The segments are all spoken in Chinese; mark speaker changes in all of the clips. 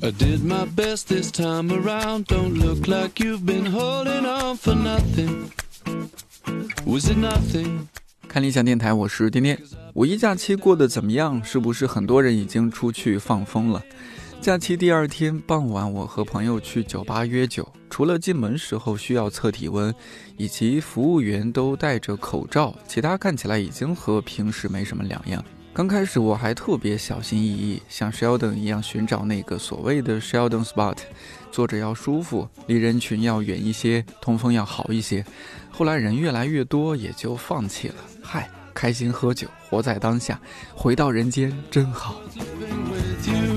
Speaker 1: I did my best this time around. Don't look like you've been holding on for nothing. Was it nothing?
Speaker 2: 看理想电台，我是天天。五一假期过得怎么样？是不是很多人已经出去放风了？假期第二天傍晚，我和朋友去酒吧约酒，除了进门时候需要测体温，以及服务员都戴着口罩，其他看起来已经和平时没什么两样。刚开始我还特别小心翼翼，像 Sheldon 一样寻找那个所谓的 Sheldon spot，坐着要舒服，离人群要远一些，通风要好一些。后来人越来越多，也就放弃了。嗨，开心喝酒，活在当下，回到人间真好。
Speaker 1: Been with you.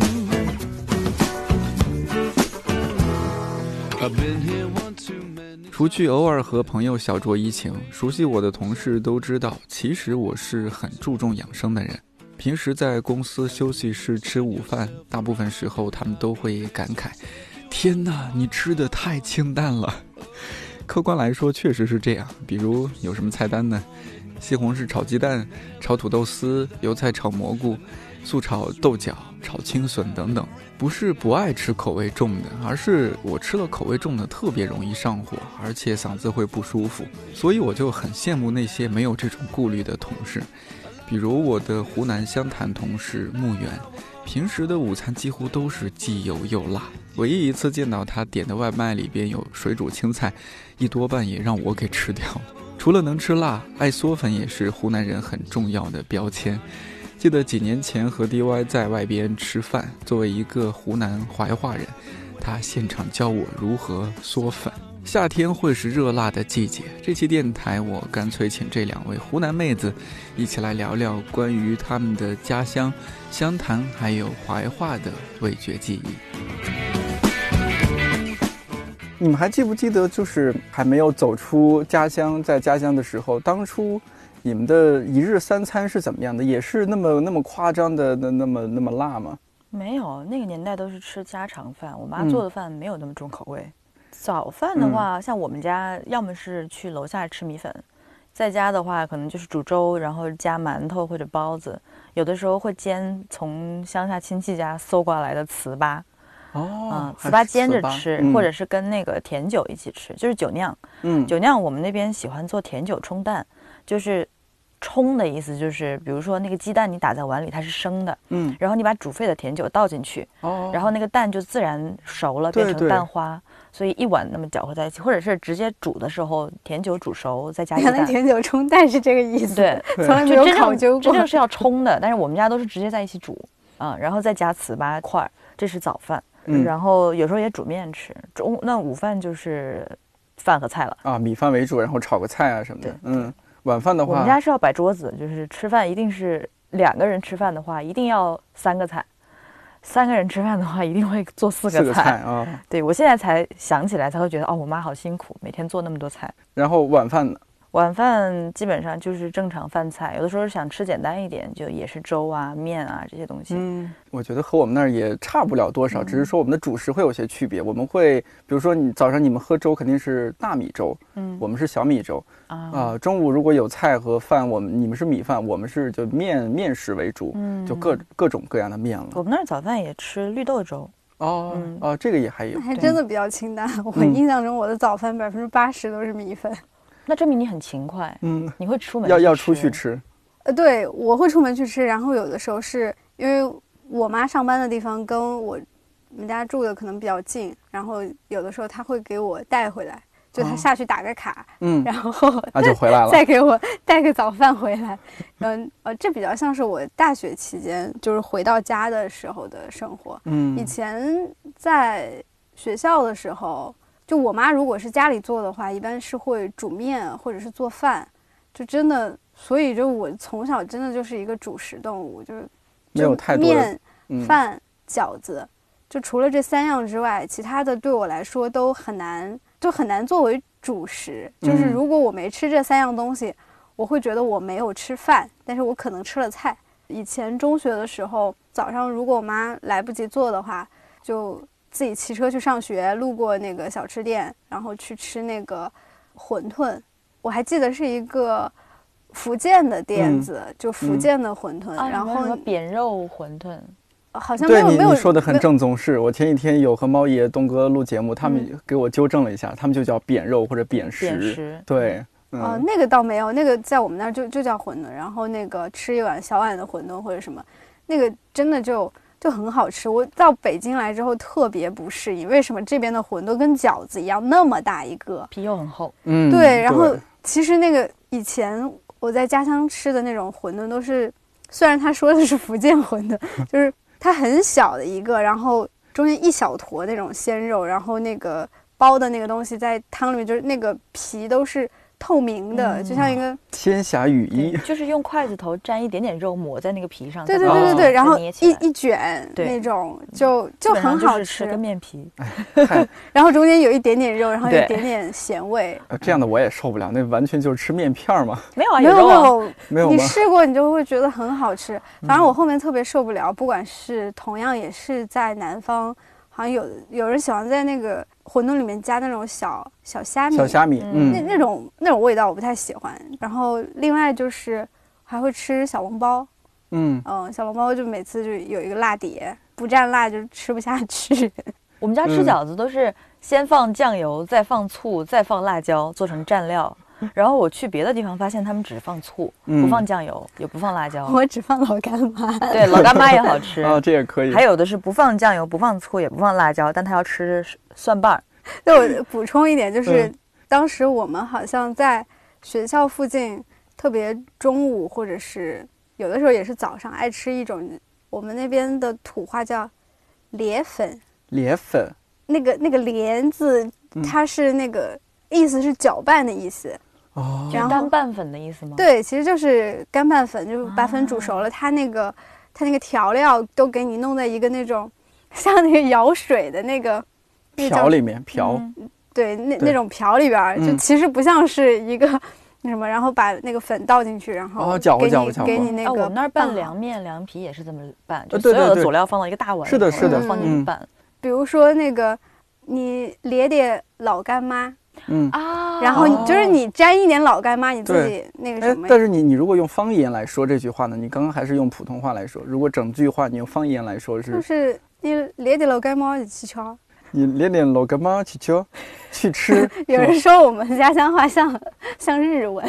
Speaker 1: I've been here one too many.
Speaker 2: 除去偶尔和朋友小酌怡情，熟悉我的同事都知道，其实我是很注重养生的人。平时在公司休息室吃午饭，大部分时候他们都会感慨：“天哪，你吃的太清淡了。” 客观来说，确实是这样。比如有什么菜单呢？西红柿炒鸡蛋、炒土豆丝、油菜炒蘑菇、素炒豆角、炒青笋等等。不是不爱吃口味重的，而是我吃了口味重的特别容易上火，而且嗓子会不舒服，所以我就很羡慕那些没有这种顾虑的同事，比如我的湖南湘潭同事穆远，平时的午餐几乎都是既油又辣，唯一一次见到他点的外卖里边有水煮青菜，一多半也让我给吃掉了。除了能吃辣，爱嗦粉也是湖南人很重要的标签。记得几年前和 DY 在外边吃饭，作为一个湖南怀化人，他现场教我如何嗦粉。夏天会是热辣的季节，这期电台我干脆请这两位湖南妹子一起来聊聊关于他们的家乡湘潭还有怀化的味觉记忆。你们还记不记得，就是还没有走出家乡，在家乡的时候，当初你们的一日三餐是怎么样的？也是那么那么夸张的，那那么那么辣吗？
Speaker 3: 没有，那个年代都是吃家常饭，我妈
Speaker 2: 嗯
Speaker 3: 做的饭没有那么重口味。早饭的话，像我们家要么是去楼下吃米粉，在家的话可能就是煮粥，然后加馒头或者包子，有的时候会煎从乡下亲戚家搜刮来的糍粑，
Speaker 2: 哦
Speaker 3: 嗯，糍粑煎着
Speaker 2: 糍粑
Speaker 3: 吃，
Speaker 2: 嗯
Speaker 3: 或者是跟那个甜酒一起吃，就是酒酿。
Speaker 2: 嗯，
Speaker 3: 酒酿我们那边喜欢做甜酒冲蛋，就是冲的意思就是，比如说那个鸡蛋你打在碗里它是生的，
Speaker 2: 嗯
Speaker 3: 然后你把煮沸的甜酒倒进去，
Speaker 2: 哦，
Speaker 3: 然后那个蛋就自然熟了，
Speaker 2: 对
Speaker 3: 变成
Speaker 2: 对
Speaker 3: 蛋花，所以一碗那么搅和在一起，或者是直接煮的时候甜酒煮熟 再加鸡
Speaker 4: 原来
Speaker 3: 蛋。
Speaker 4: 甜酒冲蛋是这个意思，
Speaker 3: 对，
Speaker 4: 从来没
Speaker 3: 就
Speaker 4: 有
Speaker 3: 真
Speaker 4: 考
Speaker 3: 正
Speaker 4: 究
Speaker 3: 真
Speaker 4: 过。
Speaker 3: 正是要冲的，但是我们家都是直接在一起煮啊、然后再加糍粑块儿，这是早饭。
Speaker 2: 嗯
Speaker 3: 然后有时候也煮面吃，中那午饭就是饭和菜了。
Speaker 2: 啊，米饭为主，然后炒个菜啊什么的
Speaker 3: 对。
Speaker 2: 嗯，晚饭的
Speaker 3: 我
Speaker 2: 话，
Speaker 3: 们家是要摆桌子，就是吃饭一定是两个人吃饭的话，一定要三个菜；三个人吃饭的话，一定会做四
Speaker 2: 四个
Speaker 3: 个
Speaker 2: 菜啊，
Speaker 3: 对我现在才想起来，才会觉得哦，我妈好辛苦，每天做那么多菜。
Speaker 2: 然后晚饭
Speaker 3: 晚饭基本上就是正常饭菜，有的时候想吃简单一点，就也是粥啊、面啊这些东西。
Speaker 2: 嗯，我觉得和我们那儿也差不了多
Speaker 4: 嗯
Speaker 2: 少，只是说我们的主食会有些区别。我们会，比如说你早上你们喝粥肯定是大米粥，
Speaker 3: 嗯
Speaker 2: 我们是小米粥
Speaker 3: 啊
Speaker 2: 啊、中午如果有菜和饭，我们你们是米饭，我们是就面面食为主，
Speaker 3: 嗯
Speaker 2: 就各各种各样的面
Speaker 4: 嗯
Speaker 2: 了。
Speaker 3: 我们那儿早饭也吃绿豆粥，
Speaker 2: 哦、
Speaker 3: 嗯
Speaker 2: 哦，这个也还有
Speaker 4: 还真的比较清淡。我
Speaker 2: 嗯
Speaker 4: 印象中我的早饭百分之八十都是米粉。
Speaker 3: 那证明你很勤快，
Speaker 2: 嗯，
Speaker 3: 你会出门
Speaker 2: 要要出去。吃，
Speaker 4: 呃，对，我会出门去吃，然后有的时候是因为我妈上班的地方跟我们家住的可能比较近，然后有的时候她会给我带回来，就她
Speaker 2: 哦
Speaker 4: 下去打个卡，
Speaker 2: 嗯，
Speaker 4: 然后
Speaker 2: 那就回来了。
Speaker 4: 再给我带个早饭回来。嗯呃，这比较像是我大学期间就是回到家的时候的生活。以
Speaker 2: 嗯
Speaker 4: 前在学校的时候，就我妈如果是家里做的话，一般是会煮面或者是做饭，就真的，所以就我从小真的就是一个主食动物，就是
Speaker 2: 没
Speaker 4: 就
Speaker 2: 有太多的
Speaker 4: 面、
Speaker 2: 嗯
Speaker 4: 饭、饺子，就除了这三样之外，其他的对我来说都很难，就很难作为主食。就是
Speaker 2: 嗯
Speaker 4: 如果我没吃这三样东西，我会觉得我没有吃饭，但是我可能吃了菜。以前中学的时候，早上如果我妈来不及做的话，就自己骑车去上学，路过那个小吃店，然后去吃那个馄饨。我还记得是一个福建的店
Speaker 2: 嗯
Speaker 4: 子，就福
Speaker 2: 嗯
Speaker 4: 建的馄饨，
Speaker 3: 啊，
Speaker 4: 然
Speaker 3: 然后
Speaker 4: 后
Speaker 3: 什么扁肉馄饨，
Speaker 4: 好像没
Speaker 2: 对
Speaker 4: 有
Speaker 2: 你
Speaker 4: 没有
Speaker 2: 你说的很
Speaker 4: 没有
Speaker 2: 正宗，是我前几天有和猫爷、东哥录节目，他
Speaker 4: 嗯
Speaker 2: 们给我纠正了一下，他们就叫扁肉或者扁食。
Speaker 3: 扁食
Speaker 2: 对，
Speaker 4: 哦，
Speaker 2: 嗯，
Speaker 4: 那个倒没有，那个在我们那儿就就叫馄饨，然后那个吃一碗小碗的馄饨或者什么，那个真的就就很好吃。我到北京来之后特别不适应，为什么这边的馄饨跟饺子一样那么大一个？
Speaker 3: 皮又很厚，
Speaker 2: 嗯
Speaker 4: 对，然后其实那个以前我在家乡吃的那种馄饨都是，虽然他说的是福建馄饨， 就是它很小的一个，然后中间一小坨那种鲜肉，然后那个包的那个东西在汤里面，就是那个皮都是透明的，就像一个
Speaker 2: 仙侠雨
Speaker 3: 对
Speaker 2: 衣，
Speaker 3: 就是用筷子头沾一点点肉抹在那个皮上，
Speaker 4: 对
Speaker 3: 再
Speaker 4: 对
Speaker 3: 把
Speaker 4: 对对
Speaker 3: 它
Speaker 4: 对，然后
Speaker 3: 哦捏起
Speaker 4: 一
Speaker 3: 来
Speaker 4: 一卷
Speaker 3: 对嗯
Speaker 4: 那种就就
Speaker 3: 基本上就
Speaker 4: 很
Speaker 3: 是
Speaker 4: 好
Speaker 3: 吃，跟面皮。
Speaker 2: 太
Speaker 4: 然后中间有一点点肉，然后有
Speaker 3: 对
Speaker 4: 一点点咸味。
Speaker 2: 呃这样的我也受不了，那完全就是吃面片儿嘛，
Speaker 3: 没有啊，
Speaker 4: 没有
Speaker 3: 肉
Speaker 4: 没
Speaker 3: 啊
Speaker 4: 有，
Speaker 2: 没有
Speaker 4: 你
Speaker 2: 吗？
Speaker 4: 试过，你就会觉得很好吃。反
Speaker 2: 嗯
Speaker 4: 正我后面特别受不了，不管是同样也是在南方，好像有有人喜欢在那个馄饨里面加那种小小虾米，
Speaker 2: 小虾米，
Speaker 3: 嗯
Speaker 4: 那
Speaker 2: 嗯，
Speaker 4: 那种那种味道我不太喜欢。然后另外就是还会吃小笼包，
Speaker 2: 嗯，
Speaker 4: 嗯，小笼包就每次就有一个辣碟，不蘸辣就吃不下去。
Speaker 3: 我们家吃
Speaker 2: 嗯
Speaker 3: 饺子都是先放酱油，再放醋，再放辣椒做成蘸料。然后我去别的地方发现他们只放醋，
Speaker 2: 嗯
Speaker 3: 不放酱油，也不放辣椒。
Speaker 2: 哦
Speaker 4: 我只放老干妈，
Speaker 3: 对，老干妈也好 吃。
Speaker 2: 啊，这也可以，
Speaker 3: 还有的是不放酱油、不放醋、也不放辣椒，但他要吃蒜瓣儿。
Speaker 4: 对，我补充一点，就是
Speaker 2: 嗯
Speaker 4: 当时我们好像在学校附近，特别中午或者是有的时候也是早上，爱吃一种我们那边的土话叫莲粉，
Speaker 2: 莲粉，
Speaker 4: 那个那个莲字
Speaker 2: 嗯，
Speaker 4: 它是那个意思是搅拌的意思，
Speaker 2: 哦，
Speaker 4: 然
Speaker 3: 干
Speaker 4: 后
Speaker 3: 拌粉的意思吗？，
Speaker 4: 对，其实就是干拌粉，就是把
Speaker 2: 哦
Speaker 4: 粉煮熟了，它那个它那个调料都给你弄在一个那种 像那个舀水的那个。那叫
Speaker 2: 瓢里面瓢，
Speaker 4: 对，那
Speaker 2: 对
Speaker 4: 那种瓢里边儿，就
Speaker 2: 嗯
Speaker 4: 其实不像是一个那什么，然后把那个粉倒进去，然后
Speaker 2: 哦搅和
Speaker 4: 给你
Speaker 2: 搅和搅和
Speaker 4: 给你那
Speaker 3: 啊，
Speaker 4: 个
Speaker 3: 我们那儿拌
Speaker 4: 好
Speaker 3: 凉。面、凉皮也是这么拌，
Speaker 2: 呃
Speaker 3: 就
Speaker 2: 对
Speaker 3: 所
Speaker 2: 对
Speaker 3: 有的
Speaker 2: 对
Speaker 3: 佐料放到一个大碗里
Speaker 2: 是
Speaker 3: 头，
Speaker 2: 的
Speaker 3: 然
Speaker 2: 是
Speaker 4: 的
Speaker 3: 后放进
Speaker 2: 嗯
Speaker 3: 去拌
Speaker 4: 比如说那个，你咧点老干妈，
Speaker 2: 嗯，
Speaker 3: 啊
Speaker 4: 然后你就是
Speaker 2: 哦
Speaker 4: 你沾一点老干妈，你自
Speaker 2: 对
Speaker 4: 己那个
Speaker 2: 哎
Speaker 4: 什，么。
Speaker 2: 但是你你如果用方言来说这句话呢，你刚刚还是用普通话来说，如果整句话你用方言来说，
Speaker 4: 就是 是你咧点老干妈一起吃。
Speaker 2: 你连点老干妈去吃，去吃，
Speaker 4: 有人说我们家乡话像像日文，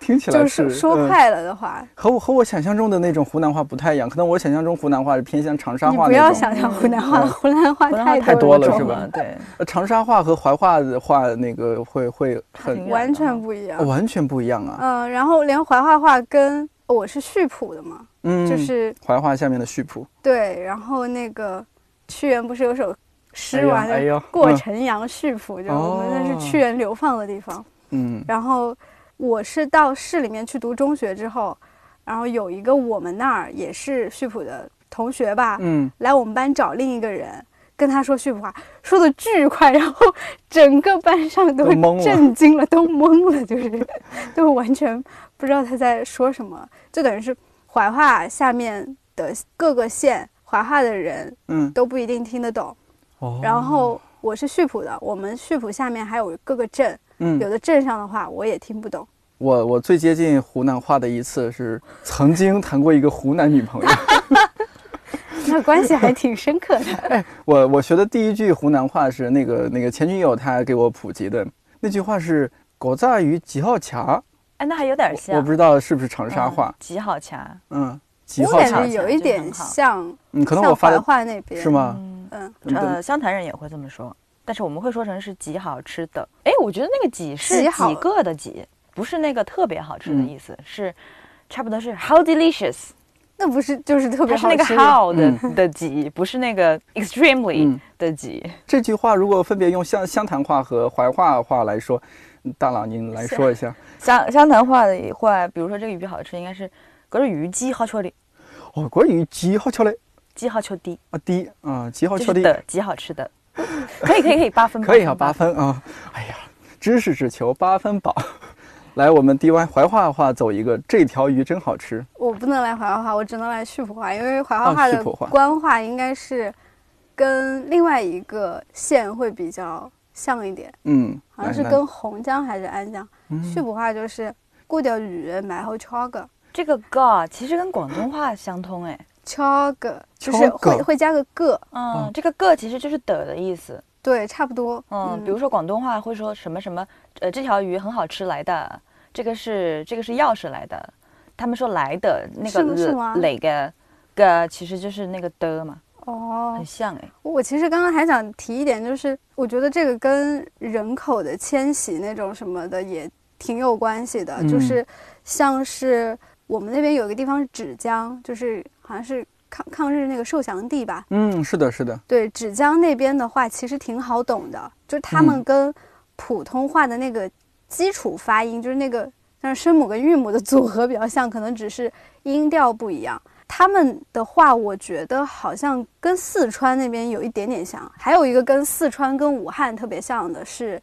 Speaker 2: 听起来
Speaker 4: 就是是说
Speaker 2: 嗯
Speaker 4: 快了的话，
Speaker 2: 和我和我想象中的那种湖南话不太一样，可能我想象中湖南话是偏向长沙
Speaker 4: 你
Speaker 2: 话
Speaker 4: 不
Speaker 2: 那
Speaker 4: 要
Speaker 2: 种，
Speaker 4: 想象湖南话，
Speaker 2: 嗯
Speaker 4: 湖南话
Speaker 3: 不然的话
Speaker 4: 太
Speaker 2: 太多了
Speaker 3: 种
Speaker 2: 是吧
Speaker 3: 对，
Speaker 2: 呃长沙话和怀化的话那个会会很哦
Speaker 3: 挺远
Speaker 4: 完
Speaker 3: 的
Speaker 4: 全不一样。
Speaker 2: 完全不一样啊，
Speaker 4: 嗯，然后连怀化话跟我是溆浦的嘛，
Speaker 2: 嗯，
Speaker 4: 就是
Speaker 2: 怀化下面的溆浦，
Speaker 4: 对，然后那个屈原不是有首
Speaker 2: 哎
Speaker 4: 诗
Speaker 2: 呀
Speaker 4: 嘛，就
Speaker 2: 哎呀
Speaker 4: 过
Speaker 2: 嗯
Speaker 4: 城阳溆浦，就是我们那
Speaker 2: 哦
Speaker 4: 是屈原流放的地方。
Speaker 2: 嗯，
Speaker 4: 然后我是到市里面去读中学之后，然后有一个我们那儿也是溆浦的同学吧，
Speaker 2: 嗯，
Speaker 4: 来我们班找另一个人。跟他说溆浦话，说的巨快，然后整个班上都
Speaker 2: 都懵了
Speaker 4: 震惊了，都懵了，就是都完全不知道他在说什么，就等于是怀化下面的各个县怀化的人
Speaker 2: 嗯，
Speaker 4: 都不一定听得懂。
Speaker 2: 哦
Speaker 4: 然后我是溆浦的，我们溆浦下面还有各个镇，有
Speaker 2: 嗯，
Speaker 4: 的镇上的话我也听 不懂。
Speaker 2: 我我最接近湖南话的一次是曾经谈过一个湖南女朋友，
Speaker 4: 那关系还挺深刻 的。
Speaker 2: 我我学的第一句湖南话是那个那个前女友她给我普及的，那句话是“狗炸鱼几号卡
Speaker 3: 哎，那还有点”，像，
Speaker 2: 我不知道是不是长沙
Speaker 3: 嗯
Speaker 2: 话，
Speaker 3: 极好掐，
Speaker 2: 嗯，几
Speaker 4: 我
Speaker 2: 号
Speaker 4: 感
Speaker 2: 卡
Speaker 4: 觉
Speaker 3: 起，来
Speaker 4: 有一
Speaker 3: 就
Speaker 4: 点
Speaker 3: 很好
Speaker 4: 像，
Speaker 2: 嗯，可能
Speaker 4: 像
Speaker 2: 我发
Speaker 4: 怀
Speaker 2: 的
Speaker 4: 化那边
Speaker 2: 是？吗？
Speaker 3: 嗯，
Speaker 4: 嗯，
Speaker 2: 嗯对
Speaker 3: 呃，湘潭人也会这么说，但是我们会说成是几好吃的。哎，我觉得那个几是
Speaker 4: 几好
Speaker 3: 几个的几，不是那个特别好吃的
Speaker 2: 嗯
Speaker 3: 意思，是差不多是 how delicious，
Speaker 4: 那不是就是特别
Speaker 3: 它是
Speaker 4: 好
Speaker 3: 那个
Speaker 4: 吃
Speaker 3: how 的、的几，不是那个 extremely
Speaker 2: 嗯
Speaker 3: 的几。
Speaker 2: 这句话如果分别用湘湘潭话和怀化话来说，嗯大佬您来
Speaker 4: 啊
Speaker 2: 说一下。
Speaker 3: 湘湘潭话的话，比如说这个鱼好吃，应该是搿是鱼鸡好吃的，
Speaker 2: 哦，关于几号敲嘞
Speaker 3: 鸡好吃的，
Speaker 2: 啊低啊几号
Speaker 3: 就
Speaker 2: 敲
Speaker 3: 是
Speaker 2: 的
Speaker 3: 的几好吃的。 可以可以可以，八分
Speaker 2: 可以啊，
Speaker 3: 八
Speaker 2: 八分啊。哎呀，知识只求八分饱。 来，我们 DY 怀化话走一个，这条鱼真好吃。
Speaker 4: 我不能来怀化话，我只能来溆浦话，因为怀化
Speaker 2: 哦
Speaker 4: 话
Speaker 2: 溆
Speaker 4: 的
Speaker 2: 浦话
Speaker 4: 官话应该是跟另外一个县会比较像一点，
Speaker 2: 嗯，
Speaker 4: 好像
Speaker 2: 来
Speaker 4: 是
Speaker 2: 来
Speaker 4: 跟洪江还是安江。
Speaker 2: 嗯
Speaker 4: 溆浦话就是过掉雨，然后敲个，
Speaker 3: 这个 ga 其实跟广东话相通哎，
Speaker 4: 敲个，就是
Speaker 2: 敲
Speaker 4: 会
Speaker 2: 个
Speaker 4: 会加个个，
Speaker 2: 哦
Speaker 3: 嗯，这个个其实就是的的意思。
Speaker 4: 对，差不多。哦
Speaker 3: 嗯，比如说广东话会说什么什么，呃，这条鱼很好吃来的，这个是这个是钥匙来的，他们说来的那个
Speaker 4: 是吗是吗
Speaker 3: 哪个个其实就是那个的嘛，
Speaker 4: 哦
Speaker 3: 很，像哎，
Speaker 4: 我其实刚刚还想提一点，就是我觉得这个跟人口的迁徙那种什么的也挺有关系的，
Speaker 2: 嗯
Speaker 4: 就是像是我们那边有一个地方是芷江，就是好像是抗抗日那个受降地吧。
Speaker 2: 嗯，是的，是的，
Speaker 4: 对，芷江那边的话其实挺好懂的，就是他们
Speaker 2: 嗯
Speaker 4: 跟普通话的那个基础发音，就是那个但是声母跟韵母的组合比较像，可能只是音调不一样。他们的话，我觉得好像跟四川那边有一点点像。还有一个跟四川跟武汉特别像的是，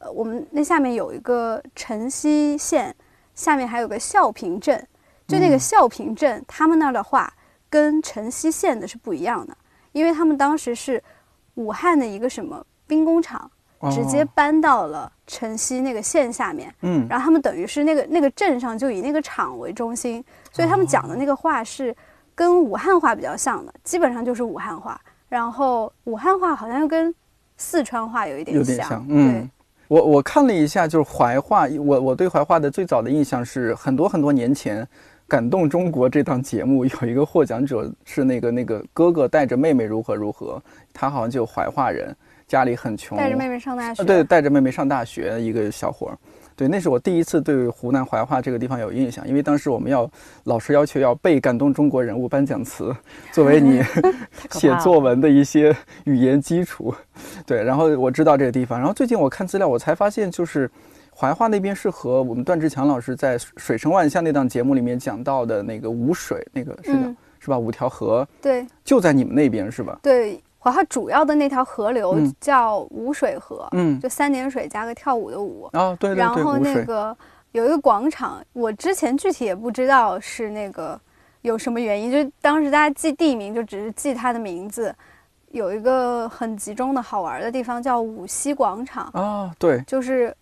Speaker 4: 呃，我们那下面有一个城西县，下面还有个孝平镇，就那个
Speaker 2: 嗯
Speaker 4: 孝平镇，他们那儿的话跟城西县的是不一样的，因为他们当时是武汉的一个什么兵工厂，
Speaker 2: 哦
Speaker 4: 直接搬到了城西那个县下面。
Speaker 2: 嗯，
Speaker 4: 然后他们等于是那个那个镇上就以那个厂为中心，所以他们讲的那个话是跟武汉话比较像的，基本上就是武汉话。然后武汉话好像又跟四川话有一点
Speaker 2: 有点像，嗯。我我看了一下，就是怀化，我我对怀化的最早的印象是很多很多年前，《感动中国》这档节目有一个获奖者是那个那个哥哥带着妹妹如何如何，他好像就怀化人，家里很
Speaker 4: 对，
Speaker 2: 穷，
Speaker 4: 带着妹妹上大学，
Speaker 2: 啊，对，带着妹妹上大学一个小伙儿，对，那是我第一次对湖南怀化这个地方有印象，因为当时我们要老师要求要背感动中国人物颁奖词，作为 你
Speaker 3: 可
Speaker 2: 写
Speaker 3: 怕了
Speaker 2: 作文的一些语言基础。对，然后我知道这个地方，然后最近我看资料，我才发现就是。怀化那边是和我们段志强老师在《水声万象》那档节目里面讲到的那个五水，那个是的，
Speaker 4: 嗯
Speaker 2: 是吧？五条河
Speaker 4: 对
Speaker 2: 就在你们那边是吧？
Speaker 4: 对，怀化主要的那条河流
Speaker 2: 嗯
Speaker 4: 叫五水河，
Speaker 2: 嗯，
Speaker 4: 就三点水加个跳舞的舞，
Speaker 2: 啊，对对
Speaker 4: 然
Speaker 2: 对，
Speaker 4: 后
Speaker 2: 五
Speaker 4: 那
Speaker 2: 水，
Speaker 4: 个有一个广场，我之前具体也不知道是那个有什么原因，就当时大家记地名就只是记它的名字。有一个很集中的好玩的地方叫五溪广场，
Speaker 2: 啊，对，
Speaker 4: 就是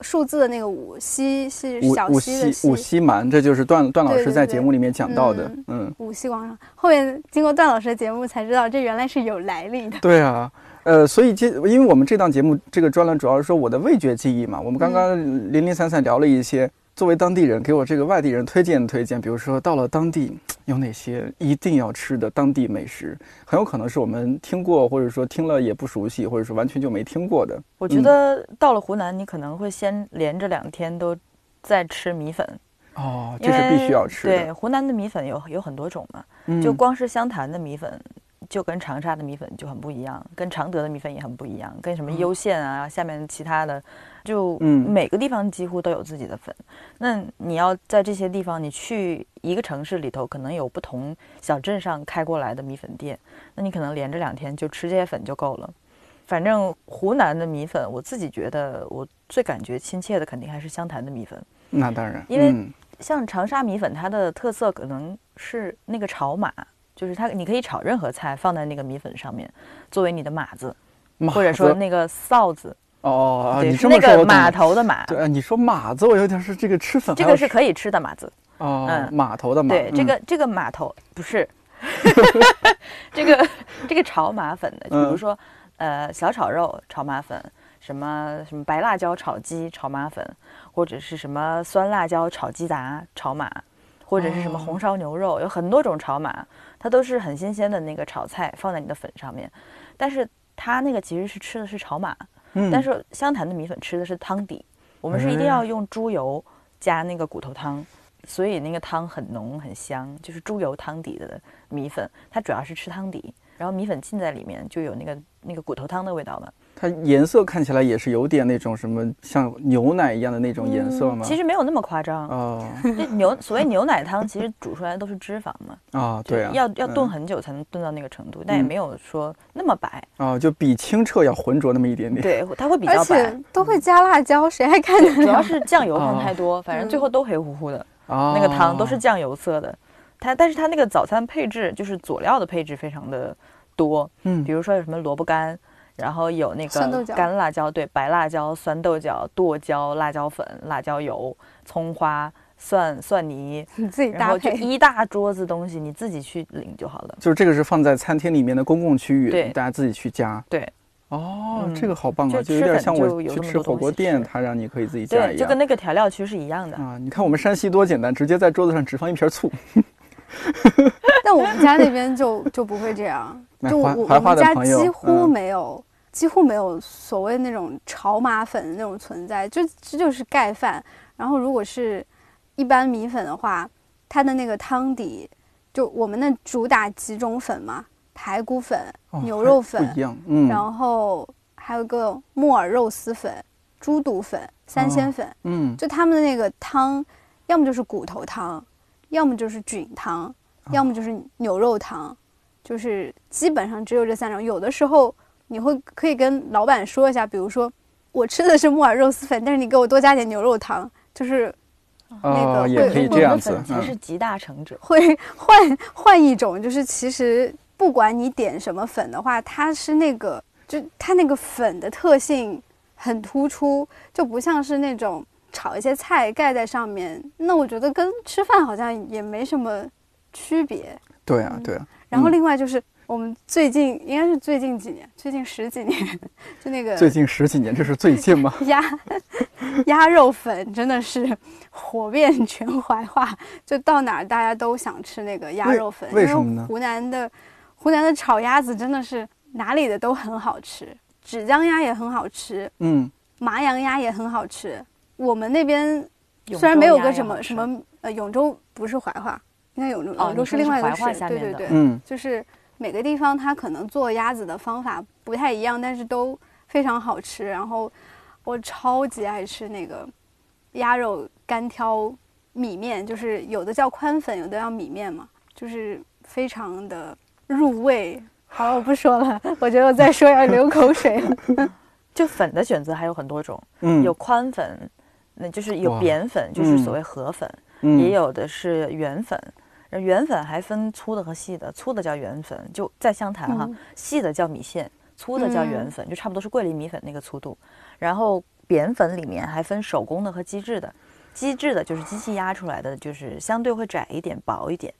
Speaker 4: 数字的那个五溪是
Speaker 2: 五
Speaker 4: 小
Speaker 2: 五
Speaker 4: 溪的
Speaker 2: 五溪蛮，这就是段段老
Speaker 4: 对
Speaker 2: 师
Speaker 4: 对
Speaker 2: 在
Speaker 4: 对
Speaker 2: 节目里面讲到的。
Speaker 4: 嗯
Speaker 2: 嗯，
Speaker 4: 五溪广场。后面经过段老师的节目才知道，这原来是有来历的。
Speaker 2: 对啊，呃，所以这因为我们这档节目这个专栏主要是说我的味觉记忆嘛，我们
Speaker 3: 嗯
Speaker 2: 刚刚零零散散聊了一些。作为当地人，给我这个外地人推荐推荐，比如说到了当地有哪些一定要吃的当地美食，很有可能是我们听过，或者说听了也不熟悉，或者说完全就没听过的。
Speaker 3: 我觉
Speaker 2: 嗯
Speaker 3: 得到了湖南，你可能会先连着两天都在吃米粉，
Speaker 2: 哦，这
Speaker 3: 因
Speaker 2: 是必
Speaker 3: 为
Speaker 2: 须要吃
Speaker 3: 对，
Speaker 2: 的。
Speaker 3: 湖南的米粉有有很多种嘛，
Speaker 2: 嗯
Speaker 3: 就光是湘潭的米粉，就跟长沙的米粉就很不一样，跟常德的米粉也很不一样，跟什么攸县啊，下面其他的，就
Speaker 2: 嗯
Speaker 3: 每个地方几乎都有自己的粉。那你要在这些地方，你去一个城市里头，可能有不同小镇上开过来的米粉店，那你可能连着两天就吃这些粉就够了。反正湖南的米粉，我自己觉得我最感觉亲切的肯定还是湘潭的米粉。
Speaker 2: 那当然，
Speaker 3: 因为
Speaker 2: 嗯
Speaker 3: 像长沙米粉，它的特色可能是那个炒码，就是它你可以炒任何菜放在那个米粉上面，作为你的码子，
Speaker 2: 马
Speaker 3: 或者说
Speaker 2: 子
Speaker 3: 那个臊子，
Speaker 2: 嗯哦，啊
Speaker 3: 对，
Speaker 2: 你
Speaker 3: 是
Speaker 2: 这
Speaker 3: 那
Speaker 2: 么说我
Speaker 3: 个
Speaker 2: 懂
Speaker 3: 码
Speaker 2: 了。
Speaker 3: 头的码，
Speaker 2: 对，哎你说码子，我有点是这个吃粉还
Speaker 3: 这
Speaker 2: 要吃，
Speaker 3: 个是可以吃的码子。
Speaker 2: 哦，
Speaker 3: 嗯
Speaker 2: 码头的码，
Speaker 3: 对，这
Speaker 2: 嗯
Speaker 3: 个这个码头不是，这个这个炒码粉的，就比如
Speaker 2: 嗯
Speaker 3: 说呃小炒肉炒码粉，什么什么白辣椒炒鸡炒码粉，或者是什么酸辣椒炒鸡杂炒码，或者是
Speaker 2: 哦
Speaker 3: 什么红烧牛肉，有很多种炒码，它都是很新鲜的那个炒菜放在你的粉上面，但是它那个其实是吃的是炒码，
Speaker 2: 嗯
Speaker 3: 但是湘潭的米粉吃的是汤底，我们是一定
Speaker 2: 哎
Speaker 3: 要用猪油加那个骨头汤，所以那个汤很浓很香，就是猪油汤底的米粉，它主要是吃汤底，然后米粉浸在里面就有那个那个骨头汤的味道嘛。
Speaker 2: 它颜色看起来也是有点那种什么像牛奶一样的那种颜色吗？
Speaker 3: 嗯其实没有那么夸张，
Speaker 2: 哦
Speaker 3: 那 牛所谓牛奶汤其实煮出来都是脂肪嘛，
Speaker 2: 啊，
Speaker 3: 就
Speaker 2: 对啊，
Speaker 3: 要要
Speaker 2: 嗯
Speaker 3: 炖很久才能炖到那个程度，但也
Speaker 2: 嗯
Speaker 3: 没有说那么白，
Speaker 2: 啊，就比清澈要浑浊那么一点点。
Speaker 3: 对，它会比
Speaker 4: 而
Speaker 3: 较白
Speaker 4: 且。都会加辣椒，谁还 看 得
Speaker 3: 主要
Speaker 4: 了？
Speaker 3: 是酱油放
Speaker 2: 哦
Speaker 3: 太多，反正最
Speaker 4: 嗯
Speaker 3: 后都黑乎乎的。
Speaker 2: 啊，
Speaker 3: 那个汤都是酱油色的。它但是它那个早餐配置就是佐料的配置非常的多，
Speaker 2: 嗯
Speaker 3: 比如说有什么萝卜干，然后有那
Speaker 4: 酸
Speaker 3: 个
Speaker 4: 豆角
Speaker 3: 干辣椒，对，白辣椒、酸豆角、剁椒、辣椒粉、辣椒油、葱花、蒜蒜泥，
Speaker 4: 你自己
Speaker 3: 然
Speaker 4: 搭
Speaker 3: 后就
Speaker 4: 配。
Speaker 3: 一大桌子东西，你自己去领就好了。
Speaker 2: 就是这个是放在餐厅里面的公共区域，
Speaker 3: 对
Speaker 2: 大家自己去加。
Speaker 3: 对，
Speaker 2: 哦，
Speaker 3: 嗯
Speaker 2: 这个好棒啊，
Speaker 3: 就
Speaker 2: 有
Speaker 3: 吃
Speaker 2: 点
Speaker 3: 粉
Speaker 2: 像
Speaker 3: 就
Speaker 2: 我
Speaker 3: 有
Speaker 2: 去
Speaker 3: 这么
Speaker 2: 吃
Speaker 3: 多
Speaker 2: 火
Speaker 3: 东
Speaker 2: 锅
Speaker 3: 西
Speaker 2: 店，
Speaker 3: 吃
Speaker 2: 它让你可以自己加一啊
Speaker 3: 对，就
Speaker 2: 样。
Speaker 3: 跟那个调料区是一样的。
Speaker 2: 啊，你看我们山西多简单，直接在桌子上只放一瓶醋。
Speaker 4: 但我们家那边就就不会这样，
Speaker 2: 那
Speaker 4: 就我
Speaker 2: 怀
Speaker 4: 我
Speaker 2: 怀化
Speaker 4: 们
Speaker 2: 的
Speaker 4: 家
Speaker 2: 朋友
Speaker 4: 几乎
Speaker 2: 嗯
Speaker 4: 没有、几乎没有所谓那种炒马粉那种存在，就这就是盖饭。然后如果是一般米粉的话，它的那个汤底就我们那主打几种粉嘛，排骨粉、
Speaker 2: 哦
Speaker 4: 牛
Speaker 2: 还
Speaker 4: 肉粉
Speaker 2: 不一样，嗯，
Speaker 4: 然后还有个木耳肉丝粉、猪肚粉、三鲜粉，
Speaker 2: 嗯，
Speaker 4: 就他们的那个汤，要么就是骨头汤，要么就是菌汤，要么就是牛肉汤，就是基本上只有这三种。有的时候你会可以跟老板说一下，比如说我吃的是木耳肉丝粉，但是你给我多加点牛肉汤，就是那
Speaker 2: 哦，
Speaker 4: 个
Speaker 2: 也
Speaker 4: 会
Speaker 2: 可以
Speaker 4: 会
Speaker 2: 这样
Speaker 3: 我
Speaker 2: 子
Speaker 3: 们，粉才是
Speaker 2: 嗯，
Speaker 3: 集大成者。
Speaker 4: 会换换一种，就是其实不管你点什么粉的话，它是那个就它那个粉的特性很突出，就不像是那种炒一些菜盖在上面。那我觉得跟吃饭好像也没什么区别。
Speaker 2: 对啊，对啊。
Speaker 4: 然后
Speaker 2: 嗯
Speaker 4: 另外就是我们最近应该是最近几年，最近十几年， 就那个
Speaker 2: 最近十几年，这是最近吗？
Speaker 4: 鸭 鸭肉粉真的是火遍全怀化，就到哪儿大家都想吃那个鸭
Speaker 2: 为
Speaker 4: 肉粉。
Speaker 2: 为
Speaker 4: 因
Speaker 2: 什么呢
Speaker 4: 湖南的湖南的炒鸭子真的是哪里的都很好吃，芷江鸭也很好吃，
Speaker 2: 嗯，
Speaker 4: 麻阳鸭也很好吃。我们那边
Speaker 3: 永
Speaker 4: 虽然
Speaker 3: 州
Speaker 4: 没有
Speaker 3: 鸭
Speaker 4: 个
Speaker 3: 也
Speaker 4: 什
Speaker 3: 好
Speaker 4: 么
Speaker 3: 吃
Speaker 4: 什么呃，永州不是怀化，应该永州、
Speaker 3: 哦
Speaker 4: 永
Speaker 3: 你说
Speaker 4: 州是
Speaker 3: 是
Speaker 4: 另外一
Speaker 3: 怀
Speaker 4: 个市
Speaker 3: 化，下
Speaker 4: 对
Speaker 3: 面
Speaker 4: 对
Speaker 3: 的
Speaker 4: 对，
Speaker 2: 嗯，
Speaker 4: 就是每个地方它可能做鸭子的方法不太一样，但是都非常好吃。然后我超级爱吃那个鸭肉干挑米面，就是有的叫宽粉，有的叫米面嘛，就是非常的入味。好了，我不说了，我觉得我再说要流口水了。
Speaker 3: 就粉的选择还有很多种，
Speaker 2: 嗯，
Speaker 3: 有宽粉，那就是
Speaker 2: 哇
Speaker 3: 有扁粉，就是
Speaker 2: 嗯
Speaker 3: 所谓河粉，
Speaker 2: 嗯
Speaker 3: 也有的是圆粉。呃圆粉还分粗的和细的，粗的叫圆粉，就在湘潭哈，
Speaker 4: 嗯
Speaker 3: 细的叫米线，粗的叫圆
Speaker 4: 嗯
Speaker 3: 粉，就差不多是桂林米粉那个粗度。然后扁粉里面还分手工的和机制的，机制的就是机器压出来的，就是相对会窄一点、薄一点，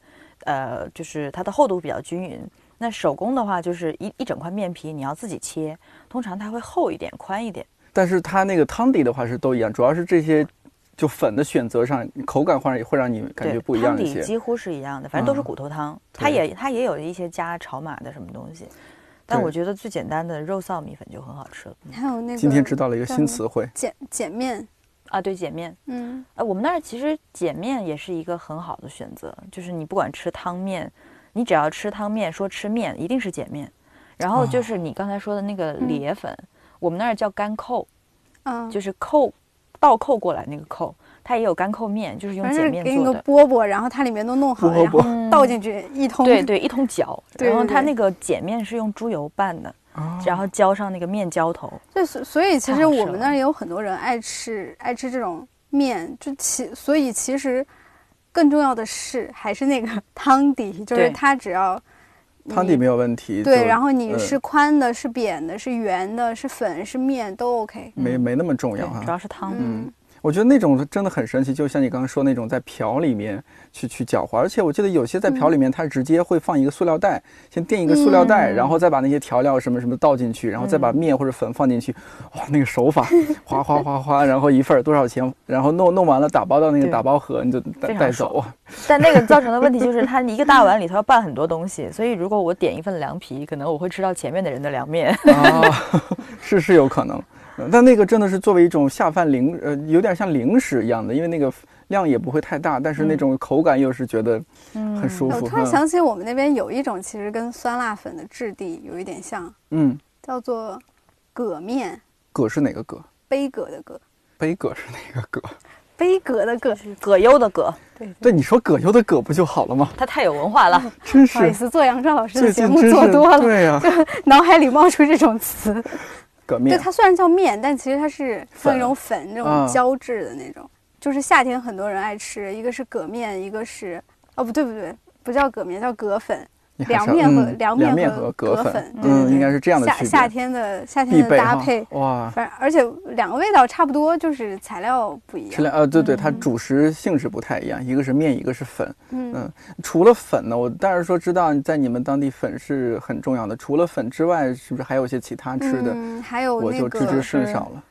Speaker 3: 呃，就是它的厚度比较均匀。那手工的话，就是一一整块面皮你要自己切，通常它会厚一点、宽一点。
Speaker 2: 但是它那个汤底的话是都一样，主要是这些就粉的选择上，口感上也会让你感
Speaker 3: 对，
Speaker 2: 觉不一样
Speaker 3: 汤
Speaker 2: 一
Speaker 3: 底
Speaker 2: 些。
Speaker 3: 几乎是一样的，反正都是
Speaker 2: 嗯
Speaker 3: 骨头汤。它
Speaker 2: 对
Speaker 3: 也它也有一些加炒码的什么东西，但我觉得最简单的肉臊米粉就很好吃了。嗯
Speaker 4: 还有那个
Speaker 2: 今天知道了一个
Speaker 4: 叫
Speaker 2: 新
Speaker 4: 什
Speaker 2: 词汇，
Speaker 4: 碱碱面，
Speaker 3: 啊，对，碱面，
Speaker 4: 嗯，
Speaker 3: 呃，我们那儿其实碱面也是一个很好的选择，就是你不管吃汤面，你只要吃汤面，说吃面一定是碱面。然后
Speaker 2: 哦
Speaker 3: 就是你刚才说的那个
Speaker 4: 嗯
Speaker 3: 莲粉，我们那儿叫干扣，
Speaker 4: 嗯，
Speaker 3: 就是扣倒扣过来那个扣，它也有干扣面，就是用
Speaker 4: 反正
Speaker 3: 碱
Speaker 4: 是
Speaker 3: 面
Speaker 4: 给你
Speaker 3: 做
Speaker 4: 个
Speaker 3: 的。嗯
Speaker 4: 饽饽，然后它里面都弄好了，
Speaker 2: 饽
Speaker 4: 然后
Speaker 3: 饽
Speaker 4: 倒进去一通。
Speaker 3: 对对，一通搅，
Speaker 4: 对
Speaker 3: 然后
Speaker 4: 对
Speaker 3: 它
Speaker 4: 对哦
Speaker 3: 那个碱面是用猪油拌的，然后浇上那个面浇头，
Speaker 4: 对，所所以其
Speaker 3: 太
Speaker 4: 实
Speaker 3: 好
Speaker 4: 我
Speaker 3: 吃
Speaker 4: 们
Speaker 3: 了
Speaker 4: 那儿也有很多人爱吃爱吃这种面，就其所以其实更重要的是还是那个汤底，就是
Speaker 3: 对
Speaker 4: 它只要
Speaker 2: 汤底
Speaker 4: 你
Speaker 2: 没有问题，
Speaker 4: 对，
Speaker 2: 就
Speaker 4: 然后你
Speaker 2: 嗯
Speaker 4: 是宽的、是扁的、是圆的、是粉、是面都 OK。
Speaker 2: 没没那么重
Speaker 3: 嗯对
Speaker 2: 要，
Speaker 3: 主要
Speaker 2: 哈。
Speaker 3: 是汤。
Speaker 4: 嗯，
Speaker 2: 我觉得那种真的很神奇，就像你刚刚说那种在瓢里面去去搅和，而且我记得有些在瓢里面，它直接会放一个塑料袋，先垫一个塑料袋，然后再把那些调料什么什么倒进去，然后再把面或者粉放进去，哇，那个手法哗哗哗哗，然后一份儿多少钱，然后弄弄完了打包到那个
Speaker 3: 对
Speaker 2: 打包盒，你就带
Speaker 3: 非常
Speaker 2: 带走，
Speaker 3: 但那个造成的问题就是， 它一个大碗里头要拌很多东西，所以如果我点一份凉皮，可能我会吃到前面的人的凉 面。
Speaker 2: 啊， 是是有可能。呃但那个真的是作为一种下饭零，呃，有点像零食一样的，因为那个量也不会太大，但是那种口感又是觉得很舒
Speaker 4: 哎我
Speaker 2: 服。
Speaker 4: 突然
Speaker 2: 嗯
Speaker 4: 想起我们那边有一种其实跟酸辣粉的质地有一点像，
Speaker 2: 嗯，
Speaker 4: 叫做葛面，
Speaker 2: 葛是哪个葛？
Speaker 4: 杯葛的葛，
Speaker 2: 杯葛是哪个葛？
Speaker 4: 杯葛的葛，
Speaker 3: 葛优的葛，
Speaker 2: 对，你说葛优的葛不就好了吗？
Speaker 3: 他太有文化了。
Speaker 2: 真
Speaker 4: 不好意
Speaker 2: 是，
Speaker 4: 思，做杨照老师的
Speaker 2: 最
Speaker 4: 节
Speaker 2: 近
Speaker 4: 目
Speaker 2: 真
Speaker 4: 做
Speaker 2: 是
Speaker 4: 多了，
Speaker 2: 对呀、
Speaker 4: 脑海里冒出这种词。
Speaker 2: 葛
Speaker 4: 对，
Speaker 2: 面
Speaker 4: 它虽然叫面，但其实它是像那
Speaker 2: 粉
Speaker 4: 种粉那
Speaker 2: 啊
Speaker 4: 种胶质的那种。就是夏天很多人爱吃，一个是葛面，一个是哦不对不对，不叫葛面，叫葛粉。
Speaker 2: 你还
Speaker 4: 凉
Speaker 2: 是要
Speaker 4: 面和
Speaker 2: 嗯
Speaker 4: 凉
Speaker 2: 面
Speaker 4: 面
Speaker 2: 和
Speaker 4: 葛
Speaker 2: 粉，
Speaker 4: 对对
Speaker 2: 嗯，
Speaker 4: 对
Speaker 2: 应该是这样的
Speaker 4: 夏
Speaker 2: 区别。
Speaker 4: 夏天的夏
Speaker 2: 必
Speaker 4: 天的
Speaker 2: 备哈
Speaker 4: 搭配，
Speaker 2: 哇，
Speaker 4: 反正而且两个味道差不多，就是材料不一
Speaker 2: 吃
Speaker 4: 样。
Speaker 2: 量呃，对对，它
Speaker 3: 嗯
Speaker 2: 主食性质不太一样，一个是面，一个是粉。
Speaker 4: 嗯
Speaker 2: 嗯除了粉呢，我当然说知道在你们当地粉是很重要的。除了粉之外，是不是还有一些其他吃的？
Speaker 4: 嗯，还有
Speaker 2: 我
Speaker 4: 那
Speaker 2: 就
Speaker 4: 个
Speaker 2: 知之甚
Speaker 4: 是
Speaker 2: 少了。